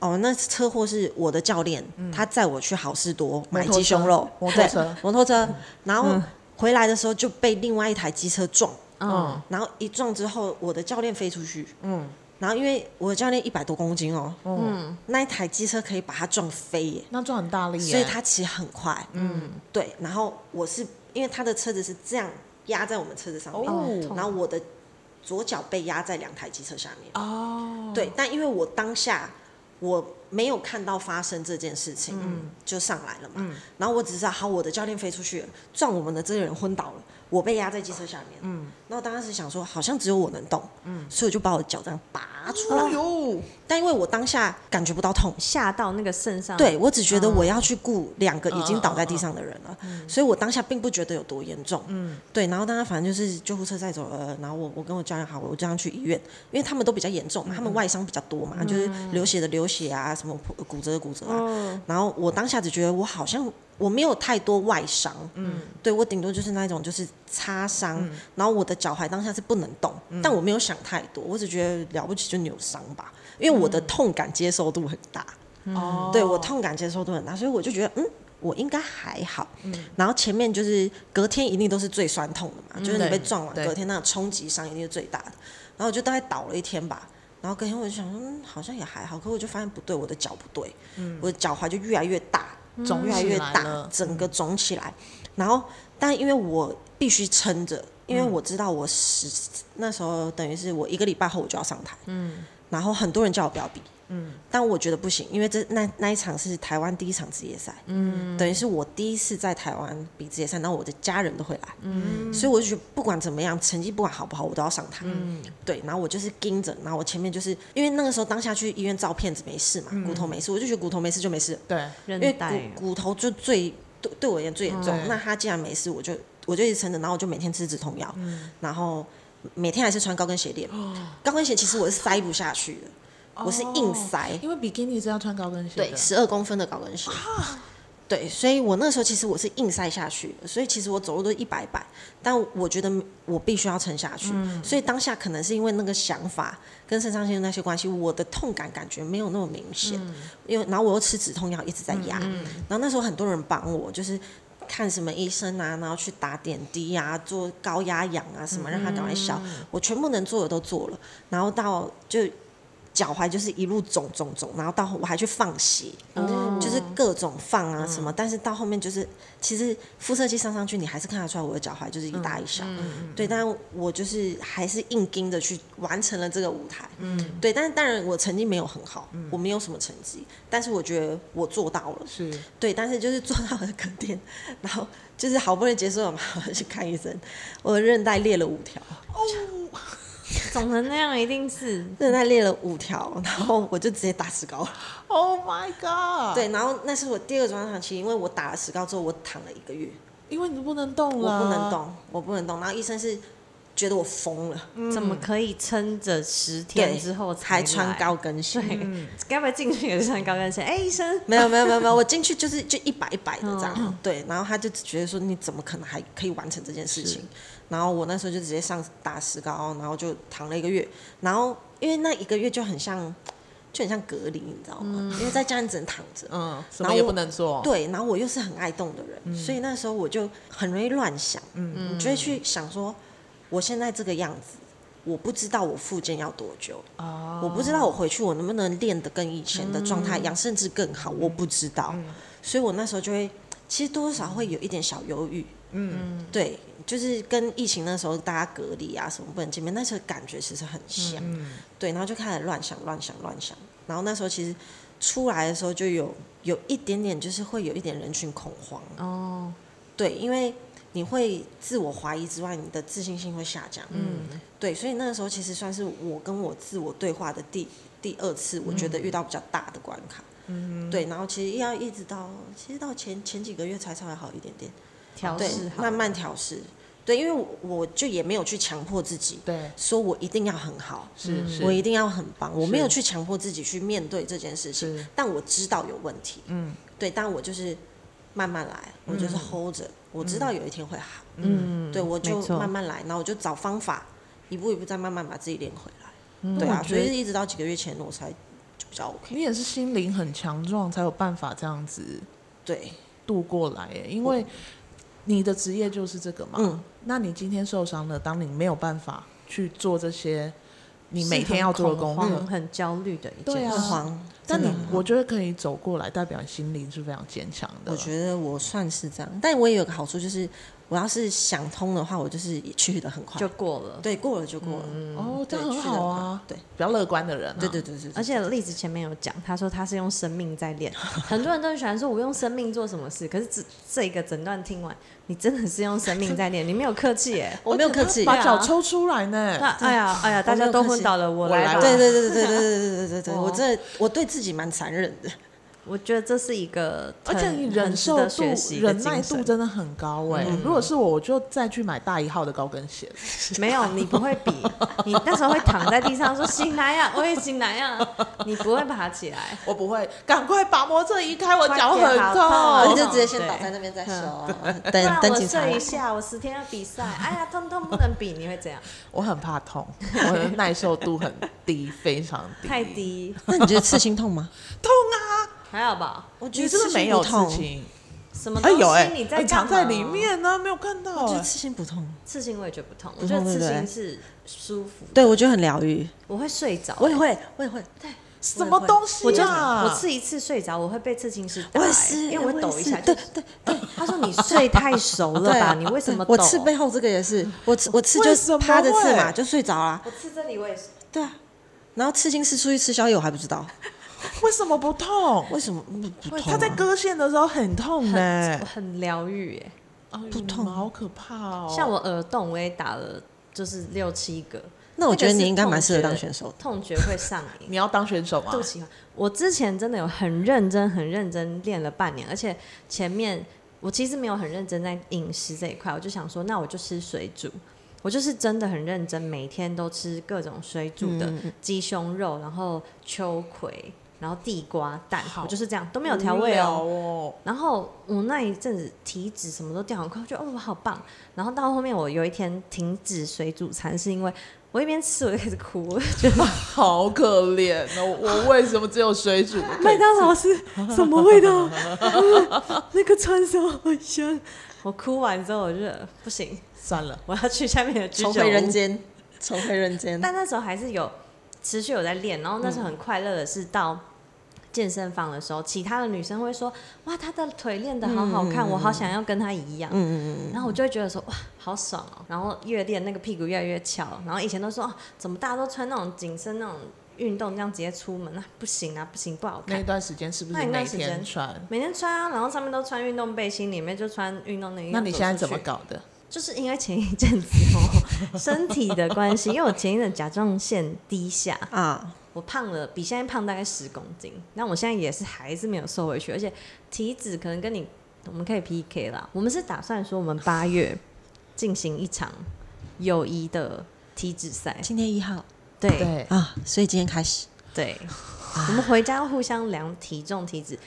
Speaker 2: 哦，那车祸是我的教练，他载我去好事多买鸡胸肉，
Speaker 3: 摩嗯托
Speaker 2: 对
Speaker 3: 车嗯
Speaker 2: 摩托车，然后回来的时候就被另外一台机车撞，
Speaker 4: 嗯，
Speaker 2: 然后一撞之后，我的教练飞出去，
Speaker 3: 嗯
Speaker 2: 然后因为我的教练一百多公斤哦，
Speaker 3: 嗯，
Speaker 2: 那一台机车可以把他撞飞耶，
Speaker 3: 那就很大力耶，
Speaker 2: 所以他骑很快，
Speaker 3: 啊嗯
Speaker 2: 对，然后我是因为他的车子是这样压在我们车子上面，
Speaker 3: 哦
Speaker 4: 痛
Speaker 2: 然后我的左脚被压在两台机车下面。
Speaker 3: 哦，
Speaker 2: 对，但因为我当下我没有看到发生这件事情，就上来了嘛。
Speaker 3: 嗯
Speaker 2: 然后我只知道，好，我的教练飞出去了，撞我们的这个人昏倒了，我被压在机车下面。
Speaker 3: 嗯
Speaker 2: 那我当时想说，好像只有我能动，所以我就把我的脚这样拔出来。
Speaker 3: 哦哟，
Speaker 2: 但因为我当下感觉不到痛，
Speaker 4: 吓到那个肾上，
Speaker 2: 对，我只觉得我要去顾两个已经倒在地上的人了，所以我当下并不觉得有多严重。
Speaker 3: 嗯
Speaker 2: 对，然后当然反正就是救护车载走了，然后我我跟我教练好，我这样去医院，因为他们都比较严重嘛，他们外伤比较多嘛，就是流血的流血啊，什么破骨折的骨折啊。
Speaker 4: 哦
Speaker 2: 然后我当下只觉得我好像我没有太多外伤，嗯，对我顶多就是那一种就是擦伤，然后我的脚踝当下是不能动，但我没有想太多，我只觉得了不起就扭伤吧，因为我的痛感接受度很大。
Speaker 3: 哦，
Speaker 2: 嗯对我痛感接受度很大，所以我就觉得嗯。我应该还好，
Speaker 3: 嗯
Speaker 2: 然后前面就是隔天一定都是最酸痛的嘛，就是你
Speaker 3: 对
Speaker 2: 被撞完
Speaker 3: 对
Speaker 2: 隔天那个冲击伤一定是最大的。然后我就大概倒了一天吧，然后隔天我就想说，嗯，好像也还好，可我就发现不对，我的脚不对，我的脚踝就越来越大，
Speaker 3: 嗯肿
Speaker 2: 越来
Speaker 3: 起
Speaker 2: 越
Speaker 3: 来
Speaker 2: 大
Speaker 3: 了，嗯
Speaker 2: 整个肿起来。然后，但因为我必须撑着，因
Speaker 3: 嗯
Speaker 2: 为我知道我十那时候等于是我一个礼拜后我就要上台，
Speaker 3: 嗯
Speaker 2: 然后很多人叫我不要比，
Speaker 3: 嗯
Speaker 2: 但我觉得不行，因为这那那一场是台湾第一场职业赛，
Speaker 3: 嗯
Speaker 2: 等于是我第一次在台湾比职业赛，然后我的家人都会来，
Speaker 3: 嗯
Speaker 2: 所以我就觉得不管怎么样，成绩不管好不好，我都要上台。
Speaker 3: 嗯
Speaker 2: 对，然后我就是盯着，然后我前面就是因为那个时候当下去医院照片子没事
Speaker 3: 嗯
Speaker 2: 嘛，骨头没事，我就觉得骨头没事就没事了，
Speaker 3: 对，
Speaker 4: 韧
Speaker 2: 因为
Speaker 4: 带哦
Speaker 2: 骨骨头就最对对我而言最严重。
Speaker 3: 嗯
Speaker 2: 那他既然没事，我就我就一直撑着，然后我就每天吃止痛药，
Speaker 3: 嗯
Speaker 2: 然后每天还是穿高跟鞋练。
Speaker 3: 哦
Speaker 2: 高跟鞋其实我是塞不下去的，我是硬塞。
Speaker 3: 因为比基尼是要穿高跟鞋的，啊
Speaker 2: 对，十二公分的高跟鞋。对，所以我那时候其实我是硬塞下去的，所以其实我走路都一百摆，但我觉得我必须要撑下去，
Speaker 3: 嗯
Speaker 2: 所以当下可能是因为那个想法跟肾上腺素那些关系，我的痛感感觉没有那么明显，
Speaker 3: 嗯
Speaker 2: 因为然后我又吃止痛药一直在压，然后那时候很多人帮我，就是看什么医生啊，然后去打点滴啊，做高压氧啊什么，让它赶快消，我全部能做的都做了，然后到就脚踝就是一路肿肿肿，然后到我还去放血，就是各种放啊什么，但是到后面就是其实肤色剂上上去，你还是看得出来我的脚踝就是一大一小，
Speaker 4: 嗯
Speaker 2: 对，但我就是还是硬盯着去完成了这个舞台，对，但是当然我成绩没有很好，我没有什么成绩，但是我觉得我做到了，
Speaker 3: 是
Speaker 2: 对，但是就是做到了隔天，然后就是好不容易结束了嘛， 我去看医生，我的韧带裂了五条。
Speaker 4: 肿成那样，一定是
Speaker 2: 韧带裂了五条，然后我就直接打石膏了。
Speaker 3: ，Oh my God，，
Speaker 2: 对，然后那是我第二个转场期，因为我打了石膏之后，我躺了一个月，
Speaker 3: 因为你不能动
Speaker 2: 我
Speaker 3: 了，
Speaker 2: 不能，动，我不能动。然后医生是觉得我疯了，
Speaker 4: 怎么可以撑着十
Speaker 2: 嗯对，
Speaker 4: 嗯天之后才
Speaker 2: 还穿
Speaker 4: 来
Speaker 2: 高？嗯跟鞋。
Speaker 4: 对，该不会进去也是穿高跟鞋？哎，医生，
Speaker 2: 没有没有没有没有，我进去就是就一百一百的这样，对，然后他就觉得说你怎么可能还可以完成这件事情？然后我那时候就直接上打石膏，然后就躺了一个月，然后因为那一个月就很像就很像隔离，你知道吗？因为在家你只能躺着，
Speaker 3: 嗯，什
Speaker 2: 然
Speaker 3: 么
Speaker 2: 后
Speaker 3: 也
Speaker 2: 我
Speaker 3: 不能做，
Speaker 2: 对，然后我又是很爱动的人，所以那时候我就很容易乱想，嗯，你就会去想说，我现在这个样子，我不知道我复健要多久，
Speaker 3: 哦
Speaker 2: 我不知道我回去我能不能练得跟以前的状态一样，甚至更好，我不知道。所以我那时候就会，其实多多少少会有一点小忧郁。嗯，对，就是跟疫情那时候大家隔离啊，什么不能见面，那时候感觉其实很像。
Speaker 3: 嗯
Speaker 2: 对，然后就开始乱想、乱想、乱想。然后那时候其实出来的时候就有有一点点，就是会有一点人群恐慌。
Speaker 4: 哦，
Speaker 2: 对，因为你会自我怀疑之外，你的自信心会下降。
Speaker 4: 嗯，
Speaker 2: 对，所以那个时候其实算是我跟我自我对话的第第二次，我觉
Speaker 4: 嗯
Speaker 2: 得遇到比较大的关卡。嗯，对，然后其实要一直到其实到前前几个月才稍微好一点点，
Speaker 4: 调
Speaker 2: 对
Speaker 4: 试，好，
Speaker 2: 慢慢调试。对，因为我我就也没有去强迫自己，
Speaker 3: 对，
Speaker 2: 说我一定要很好，
Speaker 3: 是是
Speaker 2: 嗯我一定要很棒，我没有
Speaker 3: 是
Speaker 2: 去强迫自己去面对这件事情，
Speaker 3: 是，
Speaker 2: 但我知道有问题，
Speaker 3: 嗯
Speaker 2: 对，但我就是慢慢来，我就是 hold 着，我知道有一天会好，
Speaker 4: 嗯，
Speaker 2: 对我就
Speaker 4: 没错
Speaker 2: 慢慢来，然后我就找方法，一步一步再慢慢把自己练回来。
Speaker 3: 嗯
Speaker 2: 对
Speaker 3: 我
Speaker 2: 啊，
Speaker 3: 觉
Speaker 2: 所以
Speaker 3: 得
Speaker 2: 是一直到几个月前我才就比较 OK。
Speaker 3: 你也是心灵很强壮，才有办法这样子
Speaker 2: 对，
Speaker 3: 度过来耶，因为你的职业就是这个嘛。
Speaker 2: 嗯，
Speaker 3: 那你今天受伤了，当你没有办法去做这些你
Speaker 4: 是
Speaker 3: 每天要做的
Speaker 4: 很恐
Speaker 3: 工
Speaker 4: 慌
Speaker 3: 作，
Speaker 4: 很焦虑的一
Speaker 3: 对
Speaker 4: 件
Speaker 3: 啊
Speaker 2: 很
Speaker 4: 事。
Speaker 2: 慌。
Speaker 3: 但你
Speaker 2: 真的很
Speaker 3: 我觉得可以走过来，代表你心灵是非常坚强的。
Speaker 2: 我觉得我算是这样，但我也有个好处，就是我要是想通的话，我就是去的很快
Speaker 4: 就。过了。
Speaker 2: 对，过了就过了。
Speaker 3: 哦，这
Speaker 2: 对
Speaker 3: 样很好啊，
Speaker 2: 去得很快
Speaker 3: 比较乐观的人、啊。
Speaker 2: 对对对对对，
Speaker 4: 而且栗子前面有讲，他说他是用生命在 练，很多人都很喜欢说我用生命做什么事，可是这这一个诊断听完，你真的是用生命在 练，你没有客气耶。
Speaker 2: 我没有客气。
Speaker 3: 把
Speaker 4: 对啊
Speaker 3: 脚抽出来呢。
Speaker 4: 那哎呀哎呀，大家都昏倒了，我
Speaker 3: 我来
Speaker 4: 来吧。
Speaker 3: 吧
Speaker 2: 对对对对对对对对对对，
Speaker 4: 哇
Speaker 2: 我这我对自己蛮残忍的。
Speaker 4: 我觉得这是一个
Speaker 3: 而
Speaker 4: 很，
Speaker 3: 且你忍
Speaker 4: 很值
Speaker 3: 受
Speaker 4: 得
Speaker 3: 度
Speaker 4: 学习、
Speaker 3: 忍耐度真的很高哎、如果是我，我就再去买大一号的高跟鞋。
Speaker 4: 没有，你不会比，你那时候会躺在地上说醒来呀，我也醒来呀，你不会爬起来。
Speaker 3: 我不会，赶快把摩托车移开，我脚
Speaker 4: 快
Speaker 3: 很
Speaker 4: 点好
Speaker 2: 而
Speaker 3: 痛。
Speaker 4: 痛
Speaker 2: 且就直接先
Speaker 4: 对
Speaker 2: 倒在那边再说啊，
Speaker 4: 不
Speaker 2: 等
Speaker 4: 然
Speaker 2: 等
Speaker 4: 我
Speaker 2: 警察
Speaker 4: 睡
Speaker 2: 来
Speaker 4: 一。下，我十天要比赛，哎呀，通通不能比，你会这 样，
Speaker 3: 我很怕 痛，我的耐受度很低，非常低，啊
Speaker 4: 太。低，
Speaker 2: 那你觉得刺心痛吗？
Speaker 4: 还好吧？
Speaker 2: 我觉
Speaker 3: 你
Speaker 2: 得
Speaker 3: 是不
Speaker 2: 刺
Speaker 3: 是没
Speaker 2: 心
Speaker 3: 有
Speaker 2: 不
Speaker 3: 刺
Speaker 2: 痛，
Speaker 3: 青？
Speaker 4: 什么
Speaker 3: 哎
Speaker 4: 东西？
Speaker 3: 有哎，
Speaker 4: 你在
Speaker 3: 很藏
Speaker 4: 干嘛
Speaker 3: 在里。面呢，没有看到
Speaker 2: 我觉得
Speaker 3: 哎。
Speaker 2: 刺心不痛。
Speaker 4: 刺青我也觉得不痛，我
Speaker 2: 不
Speaker 4: 觉得
Speaker 2: 痛
Speaker 4: 刺
Speaker 2: 对不对
Speaker 4: 青是舒服，
Speaker 2: 对，我觉得很疗愈。
Speaker 4: 我会睡着。哎
Speaker 2: 我也会，我也会。
Speaker 3: 什么东西
Speaker 4: 我就
Speaker 3: 啊？
Speaker 4: 我刺一次睡着，我会被刺青师打、
Speaker 2: 我也
Speaker 4: 哎
Speaker 2: 是，
Speaker 4: 因为我抖一下
Speaker 2: 我也是
Speaker 4: 就哎
Speaker 2: 对对对，
Speaker 4: 他说你睡太熟 了吧？
Speaker 2: 对
Speaker 4: 你为什么抖？
Speaker 2: 我刺背后这个也是，我刺我刺
Speaker 3: 为什
Speaker 2: 就
Speaker 3: 么
Speaker 2: 趴着刺嘛，
Speaker 3: 会
Speaker 2: 就睡着啦。
Speaker 4: 我刺这里我也是，
Speaker 2: 对啊，然后刺青是出去吃宵夜，我还不知道
Speaker 3: 为什么不痛？
Speaker 2: 为什么不不痛啊。
Speaker 3: 他在割线的时候很痛呢
Speaker 2: 哎
Speaker 4: 我，很疗愈耶。
Speaker 3: 哎呦
Speaker 2: 不痛
Speaker 3: 你们好可怕哦。
Speaker 4: 像我耳洞，我也打了，就是六七个，
Speaker 2: 那我觉得
Speaker 4: 那个
Speaker 2: 你
Speaker 4: 是
Speaker 2: 应该蛮适合
Speaker 4: 痛觉
Speaker 2: 当选手的。
Speaker 4: 痛觉会上瘾。
Speaker 3: 你要当选手吗？啊
Speaker 4: 不喜欢。我之前真的有很认真、很认真练了半年，而且前面我其实没有很认真在饮食这一块，我就想说，那我就吃水煮。我就是真的很认真，每天都吃各种水煮的
Speaker 2: 嗯
Speaker 4: 鸡胸肉，然后秋葵，然后地瓜蛋，
Speaker 3: 好
Speaker 4: 我就是这样都没有调味哦。
Speaker 3: 哦。
Speaker 4: 然后我那一阵子体脂什么都掉很快，我觉得哦我好棒。然后到后面我有一天停止水煮餐，是因为我一边吃我就开始哭，我就觉得
Speaker 3: 好可怜哦！我为什么只有水煮的可
Speaker 4: 麦
Speaker 3: 以？
Speaker 4: 当劳 是什么味道？ 嗯那个川烧好香。我哭完之后，我就觉得不行，
Speaker 3: 算了，
Speaker 4: 我要去下面的居酒
Speaker 2: 重
Speaker 4: 屋
Speaker 2: 回人间，重回人间。
Speaker 4: 但那时候还是有持续有在练，然后那时候很快乐的是到健身房的时候，其他的女生会说：“哇，她的腿练得好好
Speaker 2: 嗯
Speaker 4: 看，我好想要跟她一样。”然后我就会觉得说：“哇，好爽哦！”然后越练那个屁股越来越翘，然后以前都说：“哦，怎么大家都穿那种紧身那种运动这样直接出门？那、不行啊，不行，不好看。”
Speaker 3: 那一段时间是不
Speaker 4: 那
Speaker 3: 是
Speaker 4: 一段
Speaker 3: 每
Speaker 4: 时间
Speaker 3: 天穿？
Speaker 4: 每天穿啊，然后上面都穿运动背心，里面就穿运动内衣。
Speaker 3: 那你现在
Speaker 4: 走
Speaker 3: 怎
Speaker 4: 出去
Speaker 3: 么？搞的？
Speaker 4: 就是因为前一阵子哦， 身体的关系，因为我前一阵甲状腺低下，
Speaker 2: 啊，
Speaker 4: 我胖了，比现在胖大概十公斤。那我现在也是还是没有瘦回去，而且体脂可能跟你我们可以 PK 啦。我们是打算说我们八月进行一场友谊的体脂赛，
Speaker 2: 今天一号
Speaker 4: 对
Speaker 3: 对，
Speaker 2: 啊，所以今天开始。
Speaker 4: 对，我们回家互相量体重、体脂，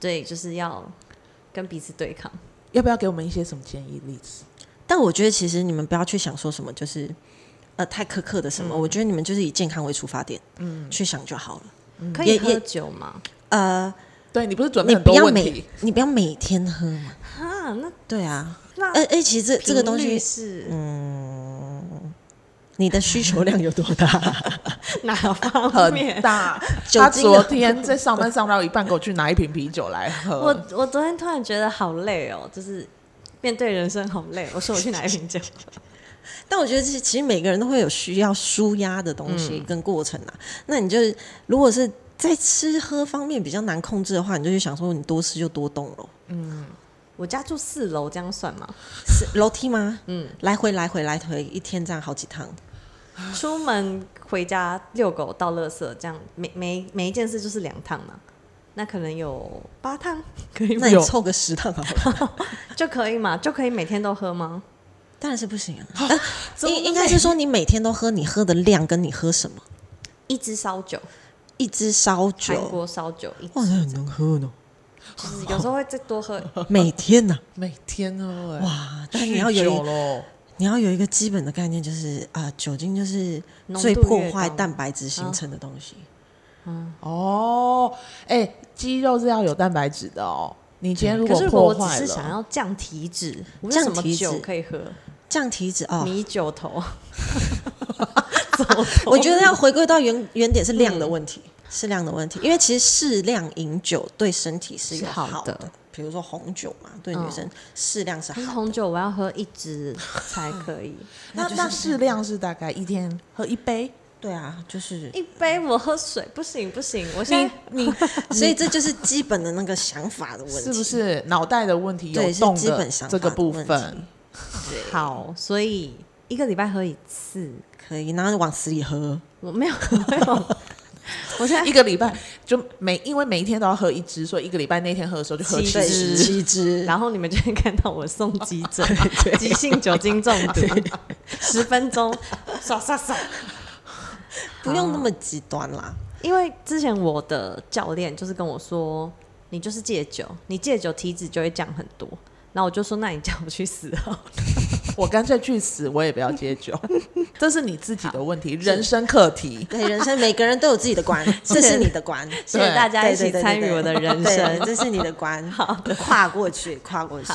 Speaker 4: 对，就是要跟彼此对抗。
Speaker 3: 要不要给我们一些什么建议，例子？
Speaker 2: 但我觉得其实你们不要去想说什么，就是呃太苛刻的什
Speaker 3: 嗯
Speaker 2: 么、我觉得你们就是以健康为出发点，嗯，去想就好了。
Speaker 4: 可
Speaker 2: 也
Speaker 4: 以喝
Speaker 2: 也
Speaker 4: 酒吗？
Speaker 2: 呃，
Speaker 3: 对你不是准备
Speaker 2: 你
Speaker 3: 很
Speaker 2: 不
Speaker 3: 多
Speaker 2: 要
Speaker 3: 问
Speaker 2: 每
Speaker 3: 题？
Speaker 2: 你不要每天喝嘛，
Speaker 4: 哈，那
Speaker 2: 对啊。
Speaker 4: 那嗯
Speaker 2: 哎哎，其实这这个东
Speaker 4: 频率
Speaker 2: 西
Speaker 4: 是嗯，
Speaker 2: 你的需求 量有多大？
Speaker 4: 哪方
Speaker 3: 很
Speaker 4: 面？
Speaker 3: 大。
Speaker 2: 酒
Speaker 3: 他
Speaker 2: 精
Speaker 3: 昨
Speaker 2: 的
Speaker 3: 天在上班上到一半，给我去拿一瓶啤酒来喝。哦
Speaker 4: 我我昨天突然觉得好累哦，就是面对人生好累。哦我说我去拿一瓶 酒，
Speaker 2: 但我觉得其实其实每个人都会有需要舒压的东
Speaker 3: 嗯
Speaker 2: 西跟过程啊。那你就是如果是在吃喝方面比较难控制的话，你就去想说你多吃就多动 咯。
Speaker 4: 我家住四楼，这样算吗？
Speaker 2: 是楼梯吗？
Speaker 4: 嗯，
Speaker 2: 来回来回来回一天这样好几趟，
Speaker 4: 出门回家遛狗倒垃圾，这样每每每一件事就是两趟嘛，那可能有八趟可以吗
Speaker 2: 那？你凑个十趟好了，
Speaker 4: 就可以嘛？就可以每天都喝吗？
Speaker 2: 当然是不行啊。呃
Speaker 4: 怎么
Speaker 2: 应
Speaker 4: 那
Speaker 2: 应该
Speaker 4: 么
Speaker 2: 是说你每天都喝，你喝的量跟你喝什么，
Speaker 4: 一支烧酒，
Speaker 2: 一支烧
Speaker 4: 韩
Speaker 2: 酒，
Speaker 4: 国烧酒，一
Speaker 2: 哇，那很能喝呢，
Speaker 4: 就是有时候会再多喝。
Speaker 2: 每天哎呐、
Speaker 3: 每天哦、哇，
Speaker 2: 哇！但你要有一
Speaker 3: 酒喽，
Speaker 2: 你要有一个基本的概念，就是啊、酒精就是
Speaker 4: 浓
Speaker 2: 最
Speaker 4: 度越
Speaker 2: 破坏
Speaker 4: 高嗯
Speaker 2: 蛋白质形成的东西。
Speaker 3: 哦，哎、鸡肉是要有蛋白质的哦。你今天如
Speaker 4: 可
Speaker 3: 果
Speaker 4: 是如果
Speaker 3: 破
Speaker 4: 我只
Speaker 3: 坏
Speaker 4: 是想
Speaker 3: 了，
Speaker 4: 要降体脂，我有什么
Speaker 2: 降体脂
Speaker 4: 酒可以喝？
Speaker 2: 降体脂哦，
Speaker 4: 米酒 头，
Speaker 2: 我觉得要回归到原原点是量
Speaker 4: 嗯
Speaker 2: 的问题，是量的问题。因为其实适量饮酒对身体是有
Speaker 4: 是好
Speaker 2: 好的，
Speaker 4: 的嗯
Speaker 2: 比如说红酒嘛，对女生适量是
Speaker 4: 可是
Speaker 2: 好
Speaker 4: 红
Speaker 2: 的。
Speaker 4: 酒我要喝一支才可以，
Speaker 3: 那那适量是大概一天喝一杯。
Speaker 2: 对啊，就是，
Speaker 4: 一杯我喝水不行不行，我现在
Speaker 3: 你
Speaker 2: 所以这就是基本的那个想法的问
Speaker 3: 是
Speaker 2: 题，
Speaker 3: 不？是脑袋的问题有
Speaker 2: 对，是
Speaker 3: 动
Speaker 2: 基
Speaker 3: 的
Speaker 2: 本想法
Speaker 3: 这个
Speaker 2: 的
Speaker 3: 部
Speaker 2: 问
Speaker 3: 分
Speaker 2: 题？
Speaker 4: 好，所以一个礼拜喝一次，
Speaker 2: 可以，然后往死里喝。
Speaker 4: 我没有没有，我现
Speaker 3: 一
Speaker 4: 在
Speaker 3: 个礼拜就每因为每一天都要喝一支，所以一个礼拜那天喝的时候就喝
Speaker 4: 七
Speaker 3: 七
Speaker 2: 对，
Speaker 4: 支
Speaker 3: 支。
Speaker 2: 七支，
Speaker 4: 然后你们就会看到我送急 诊，急性酒精中毒，十分钟，唰唰唰。
Speaker 2: 不用那么极端啦。
Speaker 4: 因为之前我的教练就是跟我说，你就是戒酒，你戒酒体脂就会降很多。然后我就说，那你叫我去死哦好了。
Speaker 3: 我干脆去死，我也不要戒酒，这是你自 己的问题，人生课题。
Speaker 2: 对，人生每个人都有自己的 关，这是你的关。
Speaker 4: 谢谢大家一
Speaker 2: 对
Speaker 4: 起
Speaker 2: 对对对
Speaker 4: 参与
Speaker 2: 对
Speaker 4: 我的人
Speaker 2: 对
Speaker 4: 生。
Speaker 2: 这是你 的关，跨过去，跨过去。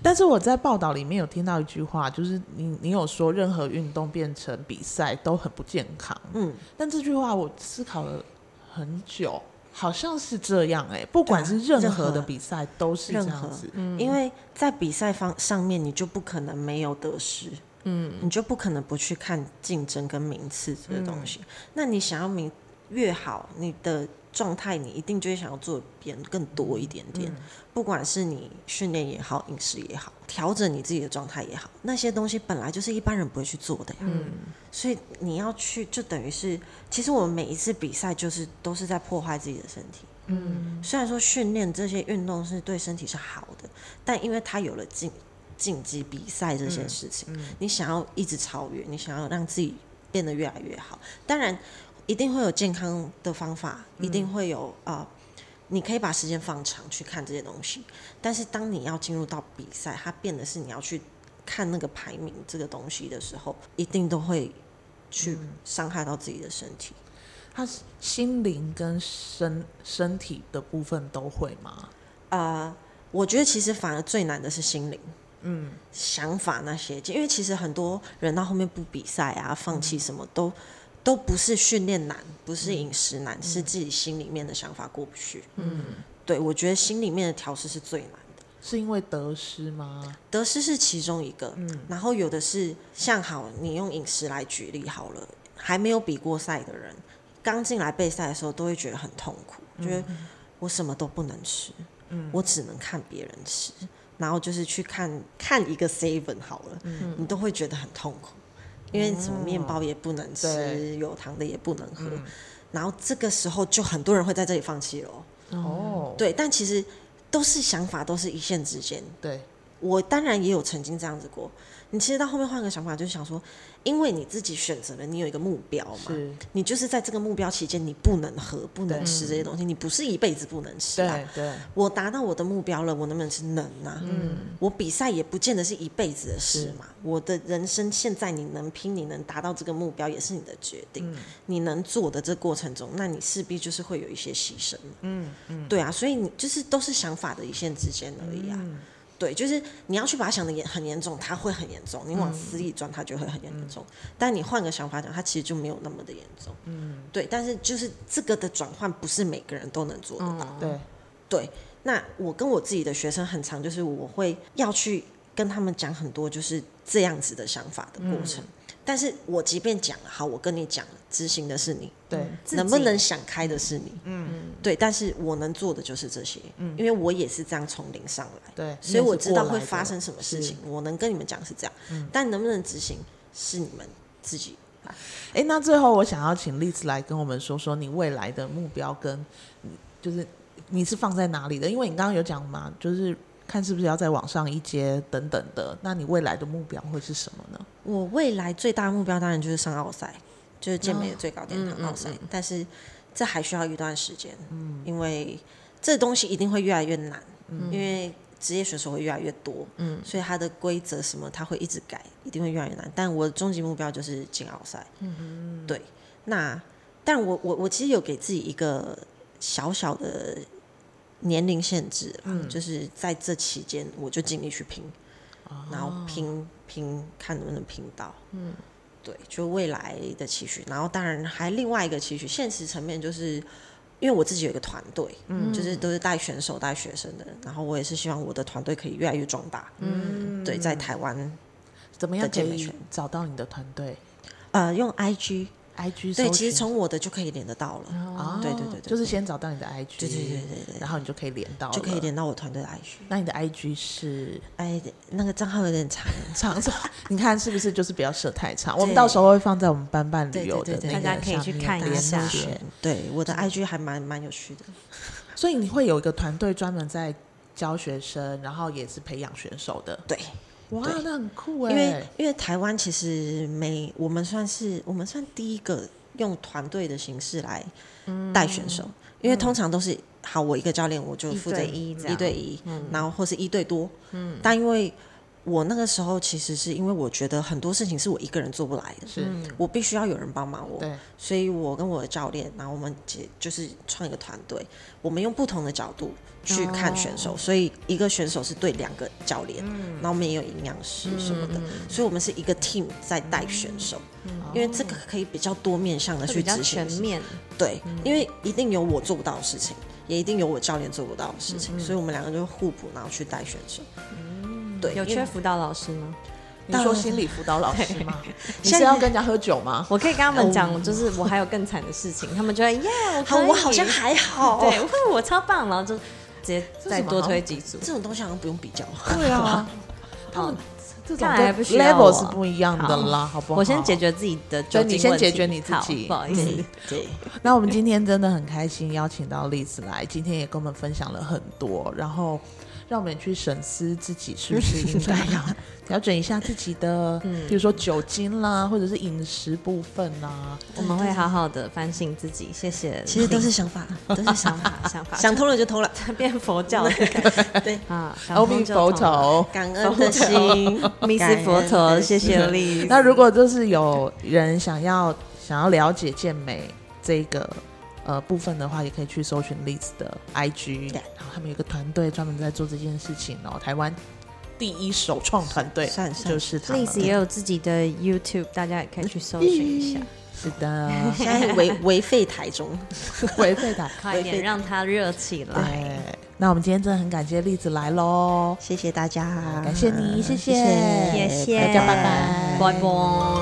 Speaker 3: 但是我在报道里面有听到一句话，就是你你有说任何运动变成比赛都很不健康，
Speaker 2: 嗯，
Speaker 3: 但这句话我思考了很久，好像是这样哎、不管是任何的比赛都是这
Speaker 2: 啊任何
Speaker 3: 样子，
Speaker 2: 因为在比赛方上面，你就不可能没有得失，嗯，你就不可能不去看竞争跟名次这个东西。那你想要名越好，你的状态你一定就会想要做得变更多一点点，不管是你训练也好，饮食也好，调整你自己的状态也好，那些东西本来就是一般人不会去做的呀，
Speaker 3: 嗯
Speaker 2: 所以你要去，就等于是，其实我们每一次比赛就是都是在破坏自己的身体。嗯，虽然说训练这些运动是对身体是好的，但因为它有了竞晋级比赛这些事情，你想要一直超越，你想要让自己变得越来越好，当然一定会有健康的方法，一定会有啊、呃你可以把时间放长去看这些东西，但是当你要进入到比赛，它变的是你要去看那个排名这个东西的时候，一定都会去伤害到自己的身体。
Speaker 3: 它是心灵跟身身体的部分都会吗？
Speaker 2: 呃，我觉得其实反而最难的是心灵，嗯，想法那些，因为其实很多人到后面不比赛啊，放弃什么都。都不是训练难，不是饮食难，是自己心里面的想法过不去。嗯，对，我觉得心里面的调试是最难的。
Speaker 3: 是因为得失吗？
Speaker 2: 得失是其中一个，然后有的是像好，你用饮食来举例好了，还没有比过赛的人，刚进来备赛的时候都会觉得很痛苦，觉得我什么都不能吃，我只能看别人吃，然后就是去看看一个 seven 好了，你都会觉得很痛苦，因为什么面包也不能吃，
Speaker 3: 对
Speaker 2: 有糖的也不能喝，然后这个时候就很多人会在这里放弃了哦，
Speaker 3: 哦，
Speaker 2: 对，但其实都是想法，都是一线之间。
Speaker 3: 对，
Speaker 2: 我当然也有曾经这样子过。你其实到后面换个想法，就是想说，因为你自己选择了，你有一个目标嘛，
Speaker 3: 是，
Speaker 2: 你就是在这个目标期间，你不能喝、不能吃这些东西，你不是一辈子不能吃啊
Speaker 3: 对。对，
Speaker 2: 我达到我的目标了，我能不能吃能啊？
Speaker 3: 嗯
Speaker 2: 我比赛也不见得是一辈子的事嘛。我的人生现在你能拼，你能达到这个目标，也是你的决定。
Speaker 3: 嗯
Speaker 2: 你能做的这过程中，那你势必就是会有一些牺牲嘛。嗯嗯，对啊，所以你就是都是想法的一线之间而已啊。对，就是你要去把它想的严很严重，它会很严重；你往死里钻，它就会很严重。但你换个想法讲，它其实就没有那么的严重。嗯，对。但是就是这个的转换，不是每个人都能做得到。
Speaker 3: 对，
Speaker 2: 对，那我跟我自己的学生很常就是我会要去跟他们讲很多就是这样子的想法的过程。但是我即便讲了，好，我跟你讲了，执行的是你，
Speaker 3: 对，
Speaker 4: 自己
Speaker 2: 能不能想开的是你，嗯，对。但是我能做的就是这些，嗯，因为我也是这样从零上来，
Speaker 3: 对
Speaker 2: 所以我知道
Speaker 3: 你也是过来
Speaker 2: 会
Speaker 3: 的嗯
Speaker 2: 发生什么事情，我能跟你们讲是这样，但能不能执行是你们自己。
Speaker 3: 哎，那最后我想要请 Liz 来跟我们说说你未来的目标跟，嗯就是你是放在哪里的？因为你刚刚有讲嘛，就是看是不是要再往上一阶等等的。那你未来的目标会是什么呢？
Speaker 2: 我未来最大的目标当然就是上奥赛，就是健美的最高殿堂奥赛，但是这还需要一段时间，嗯，因为这东西一定会越来越难，因为职业选手会越来越多，嗯，所以它的规则什么它会一直改，一定会越来越难。但我的终极目标就是进奥赛，嗯，对。那但我我我其实有给自己一个小小的年龄限制啦，就是在这期间我就尽力去拼，然后
Speaker 3: 哦
Speaker 2: 拼拼看能不能拼到，嗯，对，就未来的期许。然后当然还另外一个期许，现实层面就是因为我自己有一个团队，嗯，就是都是带选手带学生的，然后我也是希望我的团队可以越来越壮大，嗯，对，在台湾
Speaker 3: 怎么样
Speaker 2: 的
Speaker 3: 可
Speaker 2: 健美
Speaker 3: 以
Speaker 2: 圈
Speaker 3: 找到你的团队
Speaker 2: 呃用 IG，
Speaker 3: ？IG
Speaker 2: 对，
Speaker 3: 搜
Speaker 2: 其实
Speaker 3: 寻
Speaker 2: 从我的就可以连得到了，
Speaker 3: 哦，
Speaker 2: 对对对对对
Speaker 3: 就是先找到你的 IG，
Speaker 2: 对对对对对
Speaker 3: 然后你就可以连到，
Speaker 2: 就可以。连到我团队的 IG。
Speaker 3: 那你的 IG 是
Speaker 2: 哎，那个账号有点长，
Speaker 3: 长长，你看是不是就是不要设太长？我们
Speaker 2: 对
Speaker 3: 到时候会放在我们班办旅
Speaker 2: 对
Speaker 3: 游的
Speaker 2: 对
Speaker 3: 那
Speaker 2: 对对
Speaker 3: 个
Speaker 4: 大家可以去
Speaker 3: 上面
Speaker 4: 看一
Speaker 3: 连
Speaker 4: 下
Speaker 3: 接
Speaker 2: 选对我的 IG 还蛮蛮有趣的。
Speaker 3: 所以你会有一个团队专门在教学生，然后也是培养选手的。
Speaker 2: 对，
Speaker 3: 哇，
Speaker 2: 对
Speaker 3: 那很
Speaker 4: 欸
Speaker 3: 酷
Speaker 2: 因为
Speaker 3: 哎！
Speaker 2: 因为台湾其实没，我们算是我们算第一个用团队的形式来
Speaker 4: 嗯
Speaker 2: 带选手，因为通常都是好我一个教练我就负责
Speaker 4: 一对一这样嗯
Speaker 2: 一对一，然后或是一对多，嗯，但因为我那个时候其实是因为我觉得很多事情是我一个人做不来的，
Speaker 3: 是，
Speaker 2: 我必须要有人帮忙我，
Speaker 3: 对，
Speaker 2: 所以我跟我的教练，然后我们姐就是创一个团队，我们用不同的角度去看选
Speaker 4: 哦
Speaker 2: 手，所以一个选手是对两个教练，
Speaker 4: 嗯
Speaker 2: 然后我们也有营养师什么的，所以我们是一个 team 在带选手，因为这个可以比较多面向的
Speaker 4: 嗯哦会
Speaker 2: 去
Speaker 4: 比较
Speaker 2: 执行
Speaker 4: 全，面，嗯
Speaker 2: 对，因为一定有我做不到的事情，也一定有我教练做不到的事
Speaker 4: 嗯
Speaker 2: 情，所以我们两个就互补，然后去带选手，对，
Speaker 4: 有
Speaker 2: 因
Speaker 4: 缺
Speaker 2: 为
Speaker 4: 辅导老师吗？
Speaker 3: 嗯你说心理辅导老师吗？你
Speaker 2: 现
Speaker 3: 是
Speaker 2: 在
Speaker 3: 要跟人家喝酒 吗？
Speaker 4: 我可以跟他们讲，就是我还有更惨的事情，他们就会耶，我
Speaker 2: 好，
Speaker 4: 可以
Speaker 2: 我好像还好，
Speaker 4: 对，哇我超棒，然后就直接再多推几组。
Speaker 3: 嗯
Speaker 2: 这种东西好像不用比较。
Speaker 3: 对啊，
Speaker 4: 哦，
Speaker 3: 这种
Speaker 4: 看来还不需要
Speaker 3: level
Speaker 4: 我
Speaker 3: 是不一样的啦，好不好？
Speaker 4: 我先解。决自己的
Speaker 3: 对
Speaker 4: 酒精问
Speaker 3: 你
Speaker 4: 题，
Speaker 3: 先解决你自己嗯
Speaker 4: 好不好意思。
Speaker 2: 对，
Speaker 3: 那我们今天真的很开心，邀请到丽子来，今天也跟我们分享了很多，然后让我们也去审思自己是不是应该 要调整一下自己的，
Speaker 4: 嗯
Speaker 3: 比如说酒精啦，或者是饮食部分啊啦。
Speaker 4: 我们会好好的反省自己，谢谢。
Speaker 2: 其实都是想法，都是想
Speaker 4: 想法，想法，
Speaker 2: 想通了就通了。
Speaker 4: 变佛 教的感觉
Speaker 2: 对，
Speaker 4: 啊，想
Speaker 3: 阿弥
Speaker 4: 通就嗯
Speaker 3: 佛
Speaker 4: 通
Speaker 3: 陀。
Speaker 2: 感 恩的
Speaker 4: 哦
Speaker 2: 心，
Speaker 4: 密斯佛陀，谢谢丽。
Speaker 3: 那如果就是有人想要想要了解健美这个呃部分的话，也可以去搜寻 Liz 的 IG，
Speaker 2: 对
Speaker 3: 然后他们有一个团队专门在做这件事情哦，台湾第一首创团队
Speaker 2: 算算
Speaker 3: 就是他们
Speaker 4: 丽。子也有自己的 YouTube，大家也可以去搜寻一下，
Speaker 3: 是的，
Speaker 2: 现在为为废台中，
Speaker 3: 回馈台。
Speaker 4: 快一点让它热起来。
Speaker 3: 对，那我们今天真的很感谢栗子来喽，
Speaker 2: 谢谢大家，
Speaker 3: 感谢你，谢
Speaker 2: 嗯谢
Speaker 4: 谢谢，
Speaker 3: 大家拜拜
Speaker 4: 拜拜。